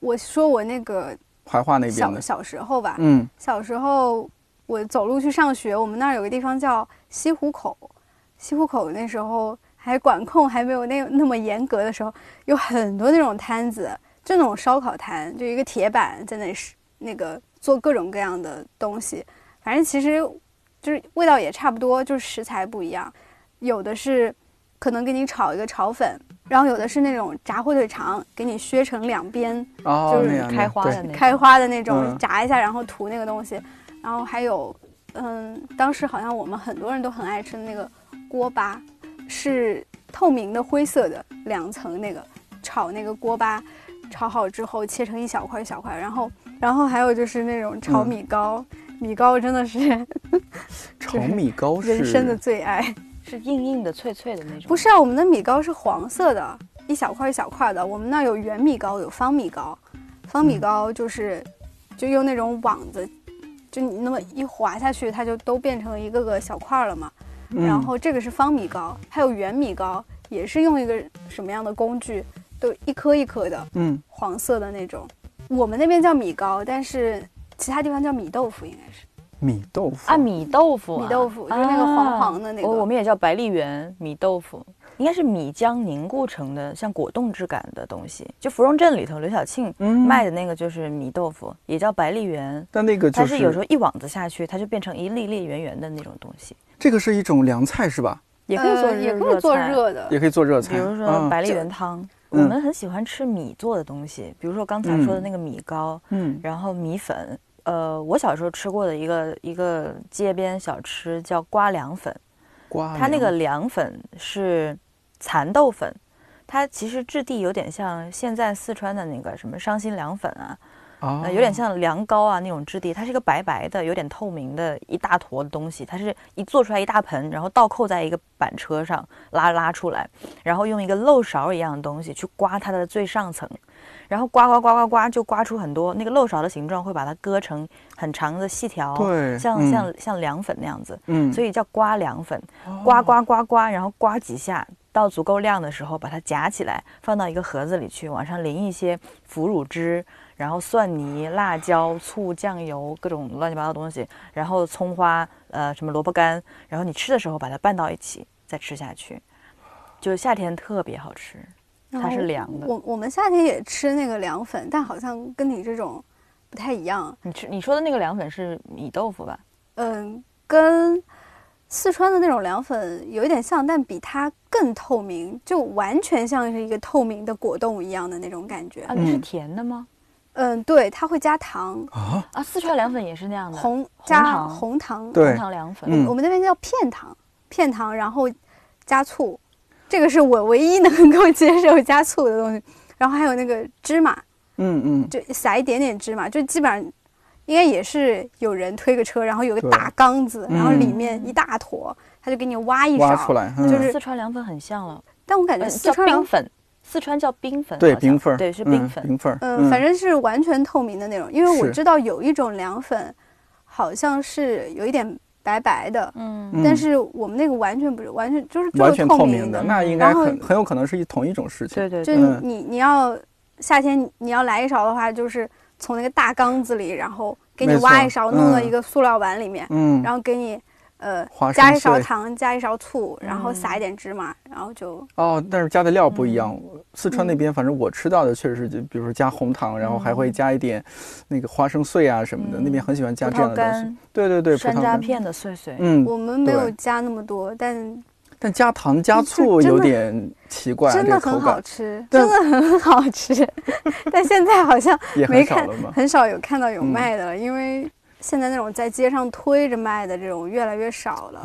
Speaker 4: 我说我那个
Speaker 2: 怀化那边
Speaker 4: 小
Speaker 2: 的，
Speaker 4: 小时候吧，
Speaker 2: 嗯，
Speaker 4: 小时候我走路去上学，我们那儿有个地方叫西湖口，西湖口那时候还管控还没有那那么严格的时候，有很多那种摊子，就那种烧烤摊，就一个铁板在那里是那个做各种各样的东西，反正其实就是味道也差不多，就是食材不一样，有的是可能给你炒一个炒粉。然后有的是那种炸火腿肠，给你削成两边，
Speaker 2: 哦，
Speaker 4: 就是
Speaker 2: 那样
Speaker 3: 开花
Speaker 2: 对
Speaker 3: 的那种
Speaker 4: 开花的那种
Speaker 2: 嗯，
Speaker 4: 炸一下然后涂那个东西，然后还有，嗯，当时好像我们很多人都很爱吃的那个锅巴，是透明的灰色的两层那个炒那个锅巴，炒好之后切成一小块一小块，然后然后还有就是那种炒
Speaker 2: 嗯
Speaker 4: 米糕，米糕真的是
Speaker 2: 炒米糕是
Speaker 4: 人生的最爱。
Speaker 3: 是硬硬的、脆脆的那种。
Speaker 4: 不是啊，我们的米糕是黄色的，一小块一小块的。我们那儿有圆米糕，有方米糕。方米糕就是，就用那种网子，就你那么一滑下去，它就都变成一个个小块儿了嘛。
Speaker 2: 嗯
Speaker 4: 然后这个是方米糕，还有圆米糕，也是用一个什么样的工具，都一颗一颗的，
Speaker 2: 嗯，
Speaker 4: 黄色的那种。我们那边叫米糕，但是其他地方叫米豆腐，应该是。
Speaker 2: 米豆腐
Speaker 3: 啊，米豆腐啊，
Speaker 4: 米豆腐就是那个黄黄的那个
Speaker 3: 啊我我们也叫白丽园米豆腐，应该是米浆凝固成的，像果冻质感的东西。就芙蓉镇里头，刘晓庆
Speaker 2: 嗯
Speaker 3: 卖的那个就是米豆腐，也叫白丽园。
Speaker 2: 但那个就
Speaker 3: 但
Speaker 2: 是
Speaker 3: 是有时候一网子下去，它就变成一粒粒圆圆的那种东西，
Speaker 2: 这个是一种凉菜是吧？
Speaker 3: 也可以做
Speaker 4: 呃
Speaker 3: 热
Speaker 4: 也可以做
Speaker 3: 菜。
Speaker 4: 热的
Speaker 2: 也，可以做热菜，
Speaker 3: 呃比如说
Speaker 2: 嗯
Speaker 3: 白丽
Speaker 4: 这
Speaker 3: 园汤，我
Speaker 2: 嗯
Speaker 3: 们很喜欢吃米做的东西，比如说刚才说的那个米糕，
Speaker 2: 嗯
Speaker 3: 然后米粉。呃，我小时候吃过的一个一个街边小吃叫瓜凉粉，
Speaker 2: 瓜，
Speaker 3: 它那个凉粉是蚕豆粉，它其实质地有点像现在四川的那个什么伤心凉粉啊，
Speaker 2: 啊
Speaker 3: 呃，有点像凉糕啊那种质地，它是一个白白的、有点透明的一大坨的东西，它是一做出来一大盆，然后倒扣在一个板车上拉拉出来，然后用一个漏勺一样的东西去刮它的最上层，然后刮刮刮刮刮就刮出很多那个漏勺的形状，会把它割成很长的细条，
Speaker 2: 对
Speaker 3: 像、
Speaker 2: 嗯
Speaker 3: 像像凉粉那样子，
Speaker 2: 嗯，
Speaker 3: 所
Speaker 2: 以
Speaker 3: 以叫刮凉粉，刮刮刮刮，然后刮几下，到足够量的时候把它夹起来，放到一个盒子里去，往上淋一些腐乳汁，然后蒜泥、辣椒、醋、酱油各种乱七八糟的东西，然后葱花，呃，什么萝卜干，然后你吃的时候把它拌到一起再吃下去，就夏天特别好吃，它是凉的。
Speaker 4: 我我们夏天也吃那个凉粉，但好像跟你这种不太一样。
Speaker 3: 你吃你说的那个凉粉是米豆腐吧？
Speaker 4: 嗯，跟四川的那种凉粉有一点像，但比它更透明，就完全像是一个透明的果冻一样的那种感觉
Speaker 3: 啊，。你是
Speaker 2: 嗯
Speaker 3: 甜的吗？
Speaker 4: 嗯，对，它会加糖，
Speaker 2: 啊，
Speaker 3: 啊，四川凉粉也是那样的，
Speaker 4: 红加
Speaker 3: 糖
Speaker 4: 红糖。
Speaker 2: 对
Speaker 3: 红糖凉粉。
Speaker 2: 嗯
Speaker 4: 我们那边叫片糖，片糖，然后加醋，这个是我唯一能够接受加醋的东西。然后还有那个芝麻，
Speaker 2: 嗯嗯，
Speaker 4: 就撒一点点芝麻，就基本上应该也是有人推个车，然后有个
Speaker 2: 对
Speaker 4: 大缸子，
Speaker 2: 嗯
Speaker 4: 然后里面一大坨，他就给你挖一勺
Speaker 2: 挖出。来，嗯
Speaker 4: 就是
Speaker 3: 四川凉粉很像了，
Speaker 4: 但我感觉
Speaker 3: 呃
Speaker 4: 四
Speaker 3: 叫
Speaker 4: 川
Speaker 3: 冰
Speaker 4: 凉，
Speaker 3: 粉，四川叫冰粉，
Speaker 2: 对
Speaker 3: 好像
Speaker 2: 冰粉儿，
Speaker 3: 对，是
Speaker 2: 嗯
Speaker 3: 冰粉。
Speaker 2: 冰粉儿，
Speaker 4: 嗯，反正是完全透明的那种，因为我
Speaker 2: 是
Speaker 4: 知道有一种凉粉，好像是有一点白白的，
Speaker 3: 嗯，
Speaker 2: 嗯
Speaker 4: 但是我们那个完全不是，完全就是就
Speaker 2: 完
Speaker 4: 是
Speaker 2: 全
Speaker 4: 透
Speaker 2: 透
Speaker 4: 明
Speaker 2: 明
Speaker 4: 的，
Speaker 2: 那应该
Speaker 4: 然后
Speaker 2: 很很有可能是一同一种事情，
Speaker 3: 对对
Speaker 4: 就
Speaker 3: 对，
Speaker 4: 是
Speaker 2: 嗯
Speaker 4: 你你要夏天你要来一勺的话，就是从那个大缸子里，然后给你
Speaker 2: 没错
Speaker 4: 挖一勺，弄到
Speaker 2: 嗯
Speaker 4: 一个塑料碗里面，
Speaker 2: 嗯，
Speaker 4: 然后给你呃
Speaker 2: 花生
Speaker 4: 加一勺
Speaker 2: 碎
Speaker 4: 糖，加一勺醋，然后
Speaker 3: 嗯
Speaker 4: 撒一点芝麻，然后嗯就
Speaker 2: 哦，但是加的料不一样。四川那边，反正我吃到的确实是，就比如说加红糖，
Speaker 4: 嗯
Speaker 2: 然后还会加一点那个花生碎啊什么的。
Speaker 3: 嗯
Speaker 2: 那边很喜欢加
Speaker 3: 葡
Speaker 2: 这样
Speaker 3: 萄
Speaker 2: 的东西。
Speaker 3: 干、
Speaker 2: 对对对，葡
Speaker 3: 山
Speaker 2: 萄
Speaker 3: 楂
Speaker 2: 干。
Speaker 3: 片的碎碎，
Speaker 2: 嗯，
Speaker 4: 我们没有
Speaker 2: 对
Speaker 4: 加那么多，但
Speaker 2: 但加糖加
Speaker 4: 就
Speaker 2: 醋
Speaker 4: 真
Speaker 2: 有
Speaker 4: 的
Speaker 2: 点奇怪，
Speaker 4: 真
Speaker 2: 啊这
Speaker 4: 的
Speaker 2: 个口
Speaker 4: 很好
Speaker 2: 感
Speaker 4: 吃，
Speaker 2: 但
Speaker 4: 真的很好吃。 但现在好像
Speaker 2: 也
Speaker 4: 没
Speaker 2: 很少
Speaker 4: 看
Speaker 2: 了嘛。
Speaker 4: 很少有看到有
Speaker 2: 嗯
Speaker 4: 卖的了，因为现在那种在街上推着卖的这种越来越少
Speaker 2: 啊
Speaker 4: 了。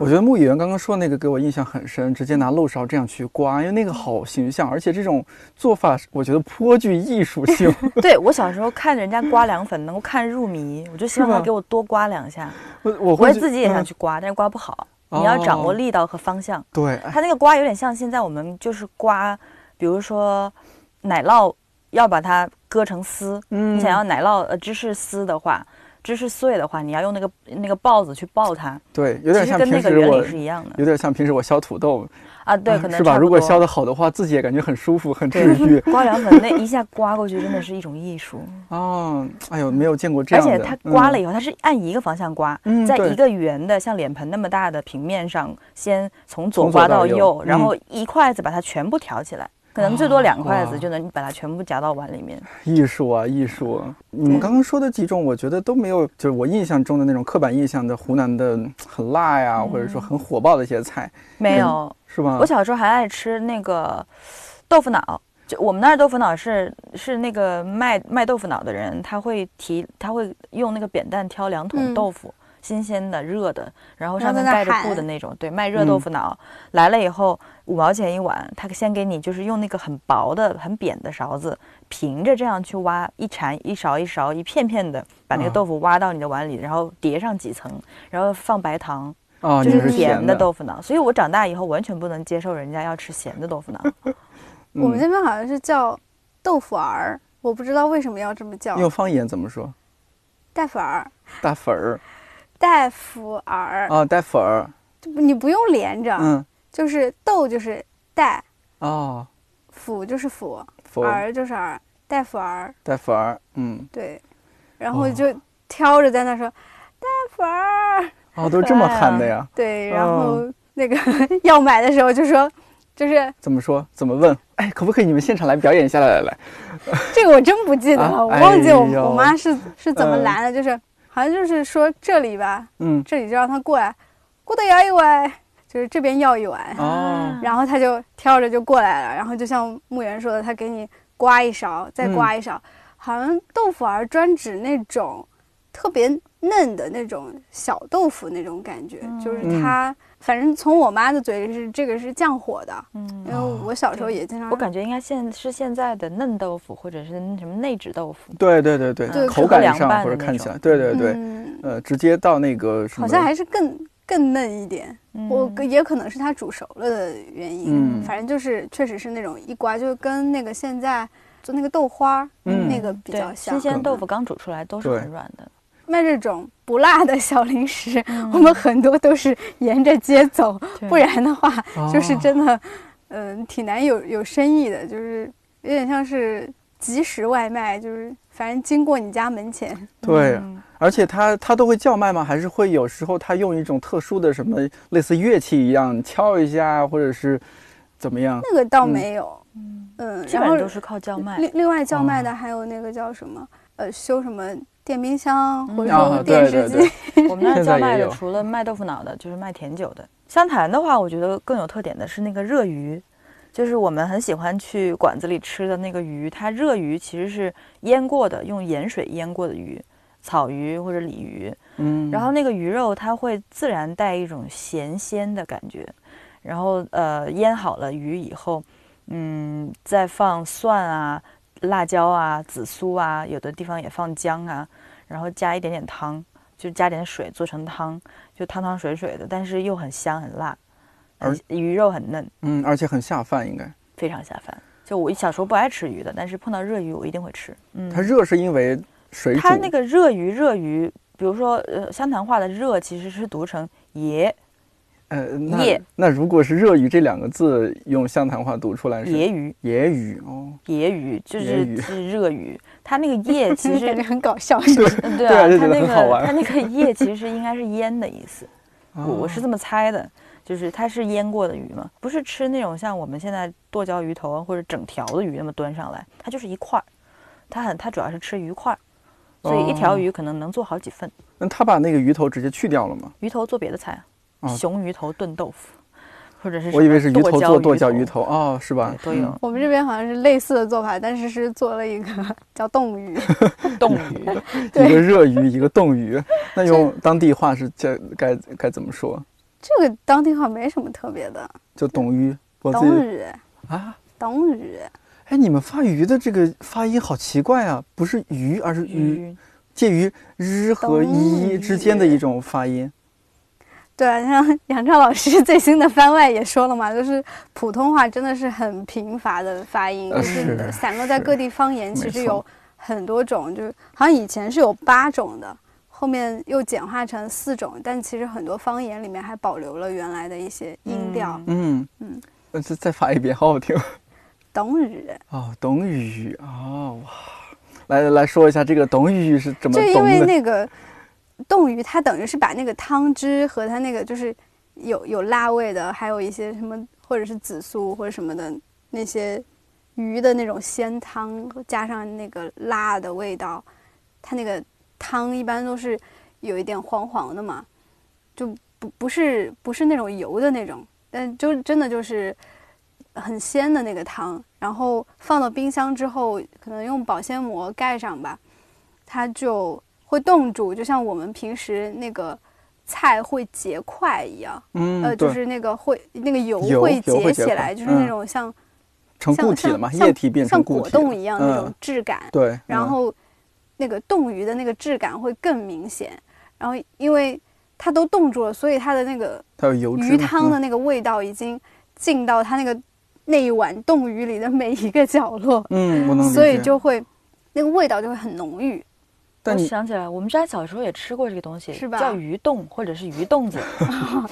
Speaker 2: 我觉得牧野员刚刚说那个给我印象很深，直接拿漏勺这样去刮，因为那个好形象，而且这种做法是我觉得颇具艺术 性。
Speaker 3: 对我小时候看人家刮凉粉能够看入迷，我就希望
Speaker 2: 是吧
Speaker 3: 他给我多刮两下，
Speaker 2: 我我
Speaker 3: 我
Speaker 2: 会
Speaker 3: 也
Speaker 2: 觉
Speaker 3: 自己也想
Speaker 2: 嗯
Speaker 3: 去刮，但是刮不好。你要掌握
Speaker 2: 哦
Speaker 3: 力道和方向。
Speaker 2: 对，哎
Speaker 3: 它那个刮有点像现在我们就是刮，比如说奶酪要把它割成丝，
Speaker 2: 嗯
Speaker 3: 你想要奶酪呃芝士丝的话，芝士碎的话，你要用那个那个刨子去刨它，
Speaker 2: 对，有点
Speaker 3: 其实
Speaker 2: 像
Speaker 3: 跟那
Speaker 2: 平
Speaker 3: 个
Speaker 2: 时
Speaker 3: 原
Speaker 2: 我
Speaker 3: 理是一样的
Speaker 2: 有点像平时我削土豆，
Speaker 3: 啊。对，
Speaker 2: 啊
Speaker 3: 可能
Speaker 2: 是吧？
Speaker 3: 差不
Speaker 2: 如果
Speaker 3: 多
Speaker 2: 削的好的话，自己也感觉很舒服， 很治
Speaker 3: 对
Speaker 2: 愈。
Speaker 3: 刮凉粉那一下刮过去真的是一种艺术，
Speaker 2: 哦，哎呦，没有见过 这
Speaker 3: 而
Speaker 2: 样的。
Speaker 3: 且它刮了
Speaker 2: 嗯
Speaker 3: 以后，它是按一个方向刮，
Speaker 2: 嗯
Speaker 3: 在
Speaker 2: 对
Speaker 3: 一个圆的像脸盆那么大的平面上，先从左
Speaker 2: 从左
Speaker 3: 刮
Speaker 2: 到
Speaker 3: 到
Speaker 2: 右
Speaker 3: 右，然
Speaker 2: 嗯
Speaker 3: 后一筷子把它全部挑起来，可能最多两筷
Speaker 2: 哇
Speaker 3: 子就能把它全部夹到碗 里面。
Speaker 2: 艺术啊，艺术啊！你们刚刚说的几种，我觉得都没有，就是我印象中的那种刻板印象的湖南的嗯很辣呀，或者说很火爆的一些菜，
Speaker 3: 没有，
Speaker 2: 是吧？
Speaker 3: 我小时候还爱吃那个豆腐脑，就我们那儿豆腐脑是是那个卖卖豆腐脑的人，他会提他会用那个扁担挑两桶
Speaker 4: 嗯
Speaker 3: 豆腐，新鲜的热的，然后
Speaker 4: 然
Speaker 3: 上
Speaker 4: 后
Speaker 3: 面
Speaker 4: 在那
Speaker 3: 盖着
Speaker 4: 喊
Speaker 3: 布的那种，对，卖热豆腐脑、来了以后五毛钱一碗，他先给你就是用那个很薄的很扁的勺子平着这样去挖，一铲一勺一勺一片片的把那个
Speaker 2: 啊
Speaker 3: 豆腐挖到你的碗里，然后叠上几层，然后放白糖。
Speaker 2: 啊，
Speaker 3: 就
Speaker 2: 你
Speaker 3: 是
Speaker 2: 咸
Speaker 3: 甜的豆腐脑，所以我长大以后完全不能接受人家要吃咸的豆 腐脑。
Speaker 2: 嗯
Speaker 4: 我们这边好像是叫豆腐儿，我不知道为什么要这么叫，
Speaker 2: 用方言怎么说？
Speaker 4: 带粉儿，
Speaker 2: 大粉儿
Speaker 4: 带腐儿，啊
Speaker 2: 啊，带粉儿，
Speaker 4: 就不你不用连着，
Speaker 2: 嗯，
Speaker 4: 就是豆就是带，
Speaker 2: 哦，
Speaker 4: 腐就是腐，
Speaker 2: 粉儿
Speaker 4: 儿就是儿，带腐儿，
Speaker 2: 带粉儿，嗯，
Speaker 4: 对，然后就挑着在那说带粉儿，
Speaker 2: 哦，都是这么喊的呀？
Speaker 4: 对，然后那个
Speaker 2: 哦
Speaker 4: 要买的时候就说，就是
Speaker 2: 怎么说？怎么问？哎，可不可以你们现场来表演一下？来来来，
Speaker 4: 这个我真不记得
Speaker 2: 啊
Speaker 4: 了，我
Speaker 2: 哎
Speaker 4: 忘记我
Speaker 2: 呦
Speaker 4: 我妈是是怎么
Speaker 2: 嗯
Speaker 4: 拦的，就是好像就是说这里吧，
Speaker 2: 嗯，
Speaker 4: 这里就让他过来，过得摇一碗，就是这边要一碗，
Speaker 3: 嗯
Speaker 2: 哦，
Speaker 4: 然后他就挑着就过来了，然后就像牧原说的，他给你刮一勺，再刮
Speaker 2: 嗯
Speaker 4: 一勺，好像豆腐儿专指那种特别嫩的那种小豆腐那种感觉，
Speaker 3: 嗯
Speaker 4: 就是
Speaker 2: 嗯
Speaker 4: 它，反正从我妈的嘴里是这个是降火的，
Speaker 3: 嗯
Speaker 4: 因，为
Speaker 2: 哦
Speaker 4: 我小时候也经常，
Speaker 3: 我感觉应该现是现在的嫩豆腐或者是那什么内酯豆腐，
Speaker 2: 对对对
Speaker 3: 对
Speaker 2: 对，
Speaker 4: 吃
Speaker 2: 口
Speaker 4: 喝
Speaker 2: 感
Speaker 3: 凉
Speaker 2: 上
Speaker 3: 拌
Speaker 2: 或者
Speaker 3: 的
Speaker 2: 看
Speaker 3: 那
Speaker 2: 起
Speaker 3: 种
Speaker 2: 来，对对对，
Speaker 4: 嗯，
Speaker 2: 呃，直接到那个什么，
Speaker 4: 好像还是更更嫩一点。我
Speaker 3: 嗯
Speaker 4: 也可能是它煮熟了的原因，
Speaker 2: 嗯
Speaker 4: 反正就是确实是那种一刮就跟那个现在做那个豆花儿、
Speaker 2: 嗯
Speaker 4: 那个比较
Speaker 3: 对
Speaker 4: 像。
Speaker 3: 新鲜豆腐刚煮出来都是
Speaker 2: 对
Speaker 3: 很软的。
Speaker 4: 卖这种不辣的小零食，我们很多都是沿着街走，
Speaker 3: 嗯对
Speaker 4: 不然的话
Speaker 2: 哦
Speaker 4: 就是真的，嗯、挺难有有生意的，就是有点像是即食外卖，就是反正经过你家门前，
Speaker 2: 对，
Speaker 3: 嗯
Speaker 2: 而且他他都会叫卖吗？还是会有时候他用一种特殊的什么类似乐器一样敲一下，或者是怎么样？
Speaker 4: 那个倒
Speaker 2: 嗯
Speaker 4: 没有，嗯，
Speaker 3: 基
Speaker 4: 然
Speaker 3: 本
Speaker 4: 后
Speaker 3: 上都是靠叫卖。
Speaker 4: 另另外叫卖
Speaker 2: 哦
Speaker 4: 的还有那个叫什么，呃，修什么电冰箱
Speaker 3: 嗯
Speaker 4: 或者
Speaker 2: 啊
Speaker 4: 说
Speaker 2: 对
Speaker 4: 电视
Speaker 2: 对
Speaker 4: 机，
Speaker 2: 对
Speaker 3: 我们那儿
Speaker 2: 现在
Speaker 3: 叫
Speaker 2: 也
Speaker 3: 卖的
Speaker 2: 有
Speaker 3: 除了卖豆腐脑的，就是卖甜酒的。湘潭的话，我觉得更有特点的是那个热鱼，就是我们很喜欢去馆子里吃的那个鱼，它热鱼其实是腌过的，用盐水腌过的鱼，草鱼或者鲤鱼。
Speaker 2: 嗯，
Speaker 3: 然后那个鱼肉它会自然带一种咸鲜的感觉，然后呃腌好了鱼以后，嗯，再放蒜啊、辣椒啊、紫苏啊，有的地方也放姜啊，然后加一点点汤，就加点水做成汤，就汤汤水水的，但是又很香很辣，
Speaker 2: 而
Speaker 3: 很鱼肉很嫩，
Speaker 2: 嗯，而且很下饭，应该。
Speaker 3: 非常下饭。就我小时候不爱吃鱼的，但是碰到热鱼我一定会吃。嗯，
Speaker 2: 它热是因为水煮，
Speaker 3: 它那个热鱼热鱼，比如说呃湘潭话的热其实是读成爷。
Speaker 2: 呃，那
Speaker 3: 叶
Speaker 2: 那如果是热语这两个字用湘潭话读出来是
Speaker 3: 野鱼，
Speaker 2: 野语哦，
Speaker 3: 野鱼就
Speaker 2: 野
Speaker 3: 是
Speaker 2: 鱼
Speaker 3: 是热鱼，它那 个叶其
Speaker 4: 感觉
Speaker 3: 实
Speaker 4: 很搞笑，是吧？
Speaker 3: 嗯对
Speaker 2: 对啊
Speaker 3: 啊，
Speaker 2: 就
Speaker 3: 它
Speaker 2: 觉得
Speaker 3: 那
Speaker 2: 很好玩
Speaker 3: 个它那个叶其实应该是腌的 意思，我
Speaker 2: 哦
Speaker 3: 我是这么猜的，就是它是腌过的鱼嘛，不是吃那种像我们现在剁椒鱼头啊或者整条的鱼那么端上来，它就是一块儿，它很它主要是吃鱼块儿，所以一条
Speaker 2: 哦
Speaker 3: 鱼可能能做好几份，
Speaker 2: 那他把那个鱼头直接去掉了吗？
Speaker 3: 鱼头做别的菜
Speaker 2: 哦
Speaker 3: 啊，熊鱼头炖豆腐，或者是
Speaker 2: 我以为是鱼头做剁椒
Speaker 3: 鱼
Speaker 2: 鱼，头哦，是吧
Speaker 3: 对？都有
Speaker 4: 我们这边好像是类似的做法，但是是做了一个 叫冻鱼，
Speaker 3: 冻鱼。
Speaker 2: 嗯一
Speaker 4: 对
Speaker 2: 个热鱼，一个冻 鱼，那用当地话是叫该该怎么说？
Speaker 4: 这个当地话没什么特别的，
Speaker 2: 就董鱼，我自
Speaker 4: 冻
Speaker 2: 己
Speaker 4: 鱼，
Speaker 2: 啊。
Speaker 4: 冻鱼，
Speaker 2: 哎，你们发鱼的这个发音好奇怪啊，不是鱼，而是鱼，
Speaker 3: 鱼
Speaker 2: 介于日和
Speaker 4: 懂
Speaker 2: 一之间的
Speaker 4: 鱼
Speaker 2: 一种发音。
Speaker 4: 对，像 杨照老师最新的番外也说了嘛，就是普通话真的是很贫乏的发音，
Speaker 2: 呃
Speaker 4: 就是是散落在
Speaker 2: 是
Speaker 4: 各地方言，
Speaker 2: 没
Speaker 4: 其实
Speaker 2: 错
Speaker 4: 有很多种，就是好像以前是有八种的，后面又简化成四种，但其实很多方言里面还保留了原来的一些音调。
Speaker 2: 嗯
Speaker 4: 嗯
Speaker 2: 呃再再发一遍，好好听。
Speaker 4: 董宇，
Speaker 2: 哦，董宇啊、哇！来来来说一下这个董宇是怎么
Speaker 4: 就因
Speaker 2: 懂
Speaker 4: 为
Speaker 2: 的？
Speaker 4: 那个冻鱼，它等于是把那个汤汁和它那个就是有有辣味的，还有一些什么或者是紫苏或者什么的那些鱼的那种鲜汤，加上那个辣的味道，它那个汤一般都是有一点黄黄的嘛，就不不是不是那种油的那种，但就真的就是很鲜的那个汤，然后放到冰箱之后，可能用保鲜膜盖上吧，它就会冻住，就像我们平时那个菜会结块一样，
Speaker 2: 嗯，
Speaker 4: 呃，就
Speaker 2: 对
Speaker 4: 是那个会那个油
Speaker 2: 油
Speaker 4: 会
Speaker 2: 油会结
Speaker 4: 结起
Speaker 2: 块
Speaker 4: 来，就是那
Speaker 2: 嗯
Speaker 4: 种像
Speaker 2: 成
Speaker 4: 像
Speaker 2: 固体
Speaker 4: 像
Speaker 2: 了嘛，
Speaker 4: 像
Speaker 2: 液体变成
Speaker 4: 像
Speaker 2: 固
Speaker 4: 果
Speaker 2: 体了
Speaker 4: 冻一样那种
Speaker 2: 嗯、
Speaker 4: 质感，
Speaker 2: 对，
Speaker 4: 然
Speaker 2: 嗯
Speaker 4: 后那个冻鱼的那个质感会更明显。然后因为它都冻住了，所以它的那个
Speaker 2: 它有油脂
Speaker 4: 鱼汤的
Speaker 2: 嘛嗯
Speaker 4: 那个味道已经进到它那个那一碗冻鱼里的每一个角落，
Speaker 2: 嗯，嗯我能理解。
Speaker 4: 所以就会那个味道就会很浓郁。
Speaker 2: 但
Speaker 3: 我
Speaker 2: 你
Speaker 3: 想起来，我们家小时候也吃过这个东西，
Speaker 4: 是吧
Speaker 3: 叫鱼冻或者是鱼冻 子，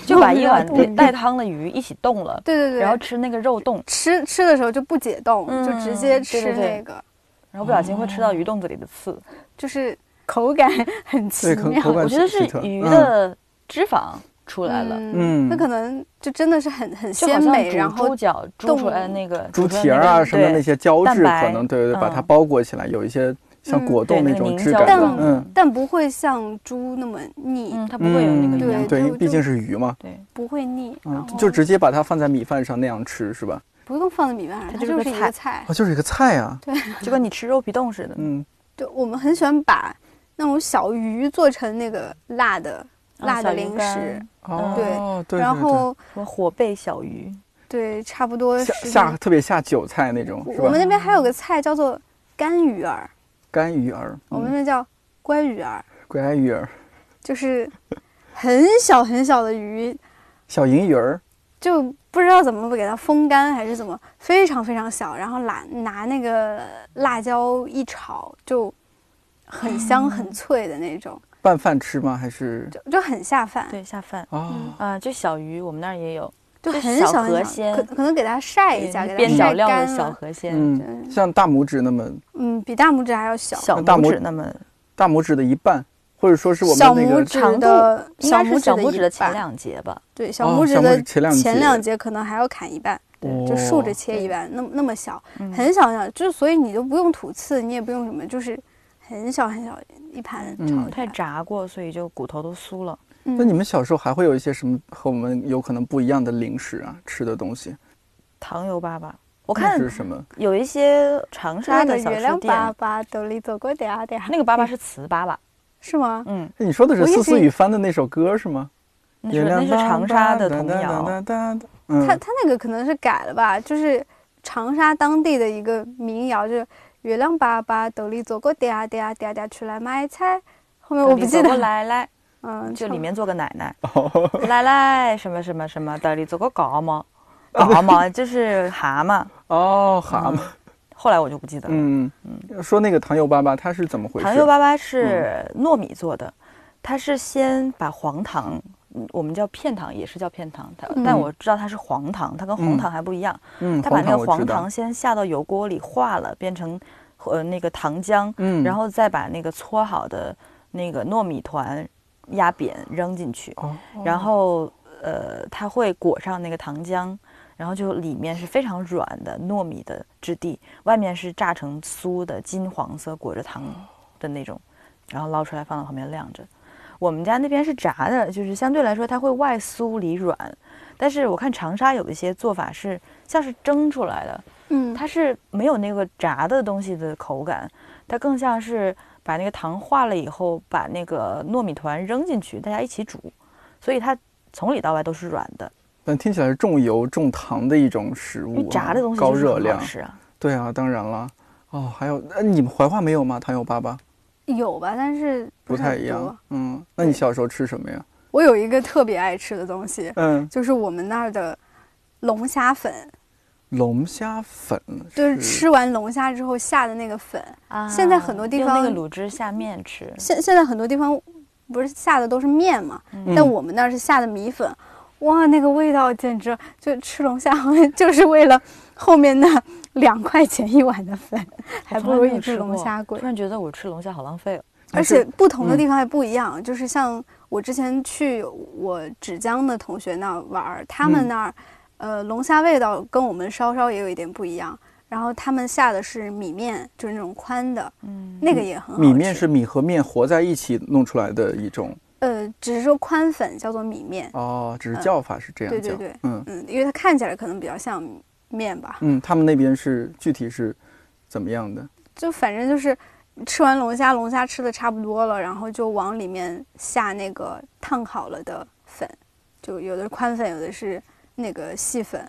Speaker 3: 就把一 碗
Speaker 4: 冻子
Speaker 3: 带汤的鱼一起冻了，
Speaker 4: 对 对对，
Speaker 3: 然后吃那个肉冻，
Speaker 4: 吃吃的时候就不解冻，
Speaker 3: 嗯
Speaker 4: 就直
Speaker 3: 对
Speaker 4: 接
Speaker 3: 对
Speaker 4: 吃
Speaker 3: 对
Speaker 4: 那个，
Speaker 3: 然后不小心会吃
Speaker 4: 哦
Speaker 3: 到鱼冻子里的刺。
Speaker 4: 就是口感很奇
Speaker 2: 对口
Speaker 4: 妙。
Speaker 2: 口感
Speaker 3: 我觉得是
Speaker 2: 奇特
Speaker 3: 鱼
Speaker 2: 嗯
Speaker 3: 的脂肪出来了，
Speaker 2: 嗯
Speaker 4: 那可能就真的是很很
Speaker 3: 就好
Speaker 4: 鲜
Speaker 3: 像
Speaker 4: 美，然
Speaker 3: 煮
Speaker 4: 后
Speaker 3: 猪脚煮出来那个
Speaker 2: 猪
Speaker 3: 煮出来
Speaker 2: 蹄儿
Speaker 3: 那
Speaker 2: 啊
Speaker 3: 个
Speaker 2: 什么那
Speaker 3: 对
Speaker 2: 些胶
Speaker 3: 蛋
Speaker 2: 质，可
Speaker 3: 白
Speaker 2: 能对对对，把它
Speaker 3: 嗯
Speaker 2: 包裹起来，有一些像
Speaker 4: 嗯
Speaker 2: 果
Speaker 3: 对
Speaker 2: 冻
Speaker 3: 那
Speaker 2: 那
Speaker 3: 个
Speaker 2: 种
Speaker 3: 凝
Speaker 2: 质
Speaker 3: 胶
Speaker 2: 感的
Speaker 4: 状，的
Speaker 2: 嗯
Speaker 4: 但不会像猪那么腻，
Speaker 3: 嗯，它不会有那
Speaker 2: 嗯，
Speaker 3: 个
Speaker 4: 对
Speaker 3: 样
Speaker 4: 样
Speaker 3: 子。
Speaker 4: 就
Speaker 2: 对，
Speaker 4: 就
Speaker 2: 毕竟是鱼嘛，
Speaker 3: 对，
Speaker 4: 不会腻，然
Speaker 2: 嗯
Speaker 4: 后，
Speaker 2: 就直接把它放在米饭上那样吃是吧？
Speaker 4: 不用放在米饭上，
Speaker 3: 它
Speaker 4: 它
Speaker 3: 就是
Speaker 4: 就
Speaker 3: 个
Speaker 4: 是一
Speaker 3: 菜
Speaker 4: 个菜。
Speaker 2: 哦，就是一个菜啊，
Speaker 3: 就跟你吃肉皮冻似的。
Speaker 2: 嗯，
Speaker 4: 对，我们很喜欢把那种小鱼做成那个辣的
Speaker 3: 啊
Speaker 4: 辣
Speaker 3: 小
Speaker 4: 的
Speaker 3: 鱼
Speaker 4: 零食，
Speaker 3: 干
Speaker 2: 哦，对，
Speaker 4: 然
Speaker 2: 对对
Speaker 4: 后
Speaker 3: 什么火贝小鱼，
Speaker 4: 对，差不多
Speaker 2: 下
Speaker 4: 是
Speaker 2: 下特别下酒菜那种
Speaker 4: 我
Speaker 2: 是
Speaker 4: 我
Speaker 2: 吧
Speaker 4: 们？那边还有个菜叫做干鱼儿，
Speaker 2: 干鱼儿，
Speaker 4: 我们那
Speaker 2: 嗯
Speaker 4: 边叫乖鱼儿，
Speaker 2: 干鱼儿，
Speaker 4: 就是很小很小的鱼，
Speaker 2: 小银鱼儿，
Speaker 4: 就不知道怎么给它风干还是怎么，非常非常小，然后拿拿那个辣椒一炒，就
Speaker 3: 嗯
Speaker 4: 很香很脆的那种，
Speaker 2: 拌饭吃吗？还是
Speaker 4: 就就很下饭，嗯
Speaker 3: 对，下饭
Speaker 2: 啊？
Speaker 3: 啊，就小鱼，我们那儿也有，
Speaker 4: 就
Speaker 3: 就
Speaker 4: 很
Speaker 3: 小
Speaker 4: 小
Speaker 3: 河
Speaker 4: 很
Speaker 3: 鲜
Speaker 4: 小，可可能给它晒一下，
Speaker 3: 嗯
Speaker 4: 给它
Speaker 3: 边角
Speaker 4: 晒
Speaker 3: 料的
Speaker 4: 哎干
Speaker 3: 小
Speaker 4: 了，
Speaker 3: 河鲜，
Speaker 2: 嗯，
Speaker 4: 对
Speaker 2: 像大拇指那么
Speaker 4: 嗯，比大拇指还要小，
Speaker 3: 小
Speaker 2: 那大
Speaker 3: 拇
Speaker 2: 拇
Speaker 3: 指那么
Speaker 2: 大拇指的一半，或者说是我
Speaker 4: 小
Speaker 2: 们那
Speaker 4: 拇
Speaker 2: 个
Speaker 4: 指
Speaker 3: 长
Speaker 4: 的
Speaker 3: 应该是小拇
Speaker 4: 拇
Speaker 3: 指
Speaker 4: 指
Speaker 3: 的
Speaker 4: 的
Speaker 3: 前
Speaker 4: 一半，
Speaker 3: 两节吧，
Speaker 4: 对，小
Speaker 2: 哦
Speaker 4: 拇指
Speaker 2: 小拇
Speaker 4: 的
Speaker 2: 指前两节
Speaker 4: 两节可能还要砍一半。就竖
Speaker 2: 哦
Speaker 4: 着切一半，那么那么小，
Speaker 3: 哦嗯
Speaker 4: 很小很小，就是所以你都不用吐刺，你也不用什么，就是很小很小一盘
Speaker 2: 嗯
Speaker 4: 炒
Speaker 3: 它也
Speaker 4: 菜。
Speaker 3: 炸过，所以就骨头都酥了。
Speaker 4: 嗯
Speaker 2: 那你们小时候还会有一些什么和我们有可能不一样的零食啊，吃的东西？
Speaker 3: 糖油粑粑，我
Speaker 2: 那
Speaker 3: 看
Speaker 2: 是什么？
Speaker 3: 有一些长沙
Speaker 4: 那
Speaker 3: 的
Speaker 4: 个
Speaker 3: 小
Speaker 4: 月
Speaker 3: 吃
Speaker 4: 亮粑
Speaker 3: 店，
Speaker 4: 粑兜里走过嗲嗲，
Speaker 3: 那个粑粑是糍粑粑，
Speaker 4: 是吗？
Speaker 3: 嗯，
Speaker 2: 哎你说的是
Speaker 4: 我一
Speaker 2: 思思
Speaker 4: 直
Speaker 2: 雨帆的那首歌是吗？
Speaker 3: 那是那是长沙的童谣，
Speaker 2: 谣。
Speaker 4: 他
Speaker 2: 嗯，
Speaker 4: 他那个可能是改了吧，就是长沙当地的一个民谣，就是月亮粑粑兜里走过嗲嗲嗲嗲出来买菜，后面我不记
Speaker 3: 走过
Speaker 4: 得了，
Speaker 3: 来来，
Speaker 4: 嗯，
Speaker 3: 就里
Speaker 4: 差
Speaker 3: 面做个奶奶，
Speaker 2: 哦，
Speaker 3: 奶奶什么什么什么的，你做个蛤蟆，蛤蟆就是蛤蟆，
Speaker 2: 哦，蛤
Speaker 3: 嗯
Speaker 2: 蟆，
Speaker 3: 后来我就不记得了。
Speaker 2: 嗯，说那个糖油粑粑，它是怎么回事？嗯
Speaker 3: 糖油粑粑是糯米做的，它是先把黄糖，嗯我们叫片糖，也是叫片糖，它、
Speaker 4: 嗯
Speaker 3: 但我知道它是黄糖，它跟
Speaker 2: 嗯
Speaker 3: 红糖还不一样，
Speaker 2: 嗯，
Speaker 3: 它把那个
Speaker 2: 我知
Speaker 3: 黄
Speaker 2: 道
Speaker 3: 糖，先下到油锅里化了，变成呃那个糖浆，
Speaker 2: 嗯，
Speaker 3: 然后再把那个搓好的那个糯米团压扁扔进去，
Speaker 2: 哦，
Speaker 3: 然后呃它会裹上那个糖浆。然后就里面是非常软的糯米的质地，外面是炸成酥的金黄色，裹着糖的那种，然后捞出来放到旁边晾着。我们家那边是炸的，就是相对来说它会外酥里软，但是我看长沙有一些做法是像是蒸出来的，
Speaker 4: 不多嗯，
Speaker 3: 它是没有那个炸的东西的口感，它更像是把那个糖化了以后，把那个糯米团扔进去，大家一起煮，所以它从里到外都是软的。
Speaker 2: 但听起来是重油重糖的一种食
Speaker 3: 因为
Speaker 2: 物啊，
Speaker 3: 炸的东西
Speaker 2: 高
Speaker 3: 就是
Speaker 2: 热
Speaker 3: 很
Speaker 2: 量
Speaker 3: 好，吃啊，
Speaker 2: 对啊，当然了。哦，还有，那你们怀化没有吗？糖油粑�粑
Speaker 4: 有吧，但是
Speaker 2: 不
Speaker 4: 是
Speaker 2: 太
Speaker 4: 很
Speaker 2: 一
Speaker 4: 多
Speaker 2: 样。嗯，那你
Speaker 3: 嗯
Speaker 4: 对
Speaker 2: 小时候吃什么呀？
Speaker 4: 我有一个特别爱吃的东西，
Speaker 2: 嗯，
Speaker 4: 就是我们那儿的龙虾粉，
Speaker 2: 龙虾粉
Speaker 3: 嗯
Speaker 4: 就是吃完龙虾之后下的那个粉。
Speaker 3: 啊
Speaker 4: 现在很多地
Speaker 3: 用那
Speaker 4: 方
Speaker 3: 个卤汁下面吃，
Speaker 4: 现现在很多地方不是下的都是面嘛，
Speaker 2: 嗯
Speaker 3: 嗯
Speaker 4: 但我们那儿是下的米粉，哇，那个味道简直就吃龙虾 好像就是为了后面那两块钱一碗的粉，还
Speaker 3: 我
Speaker 4: 不
Speaker 3: 从来
Speaker 4: 如
Speaker 3: 没有
Speaker 4: 一只
Speaker 3: 吃
Speaker 4: 龙
Speaker 3: 过
Speaker 4: 虾贵
Speaker 3: 突。然觉得我吃龙虾好浪费哦。
Speaker 4: 而
Speaker 2: 是
Speaker 4: 且不同的
Speaker 2: 嗯
Speaker 4: 地方还不一样，就是像我之前去我芷江的同学那儿玩儿，他
Speaker 2: 嗯
Speaker 4: 们那儿，呃，龙虾味道跟我们稍稍也有一点不一样。然后他们下的是米面，就是那种宽的，
Speaker 3: 嗯，
Speaker 4: 那个也很好吃。
Speaker 2: 米面是米和面和在一起弄出来的一种
Speaker 4: 呃，只是说宽粉叫做米面，
Speaker 2: 哦，
Speaker 3: 嗯
Speaker 2: 只是叫法是这样
Speaker 4: 对
Speaker 2: 叫。
Speaker 4: 对对
Speaker 2: 嗯
Speaker 4: 嗯，因为它看起来可能比较像面吧，
Speaker 2: 嗯，他们那边是具体是怎么样的？
Speaker 4: 就反正就是吃完龙虾，龙虾吃的差不多了，然后就往里面下那个烫好了的粉，就有的是宽粉，有的是那个细粉，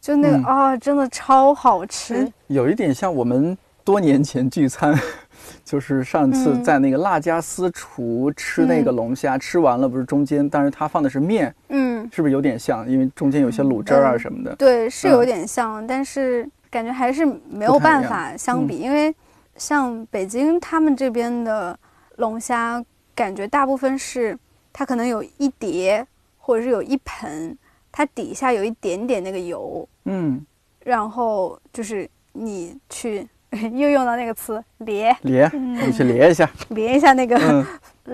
Speaker 4: 就那个
Speaker 2: 嗯
Speaker 4: 啊、真的超好吃。
Speaker 2: 有一点像我们多年前聚餐， 就是上次
Speaker 4: 嗯
Speaker 2: 在那个辣家私厨吃那个
Speaker 4: 嗯
Speaker 2: 龙虾，吃完了不是中间，但是它放的是面，
Speaker 4: 嗯，
Speaker 2: 是不是有点像？因为中间有些卤汁儿啊
Speaker 4: 嗯
Speaker 2: 什么的。
Speaker 4: 对，是有
Speaker 2: 嗯
Speaker 4: 点像，但是感觉还是没
Speaker 2: 不
Speaker 4: 有
Speaker 2: 太一
Speaker 4: 办
Speaker 2: 样嗯
Speaker 4: 法相比，因为像北京他们这边的龙虾，感觉大部分是它可能有一碟，或者是有一盆，它底下有一点点那个油，
Speaker 2: 嗯，
Speaker 4: 然后就是你去 又用到那个词咧
Speaker 2: 咧，
Speaker 3: 嗯
Speaker 2: 我们去咧一 下。
Speaker 4: 咧一下那个、
Speaker 2: 嗯，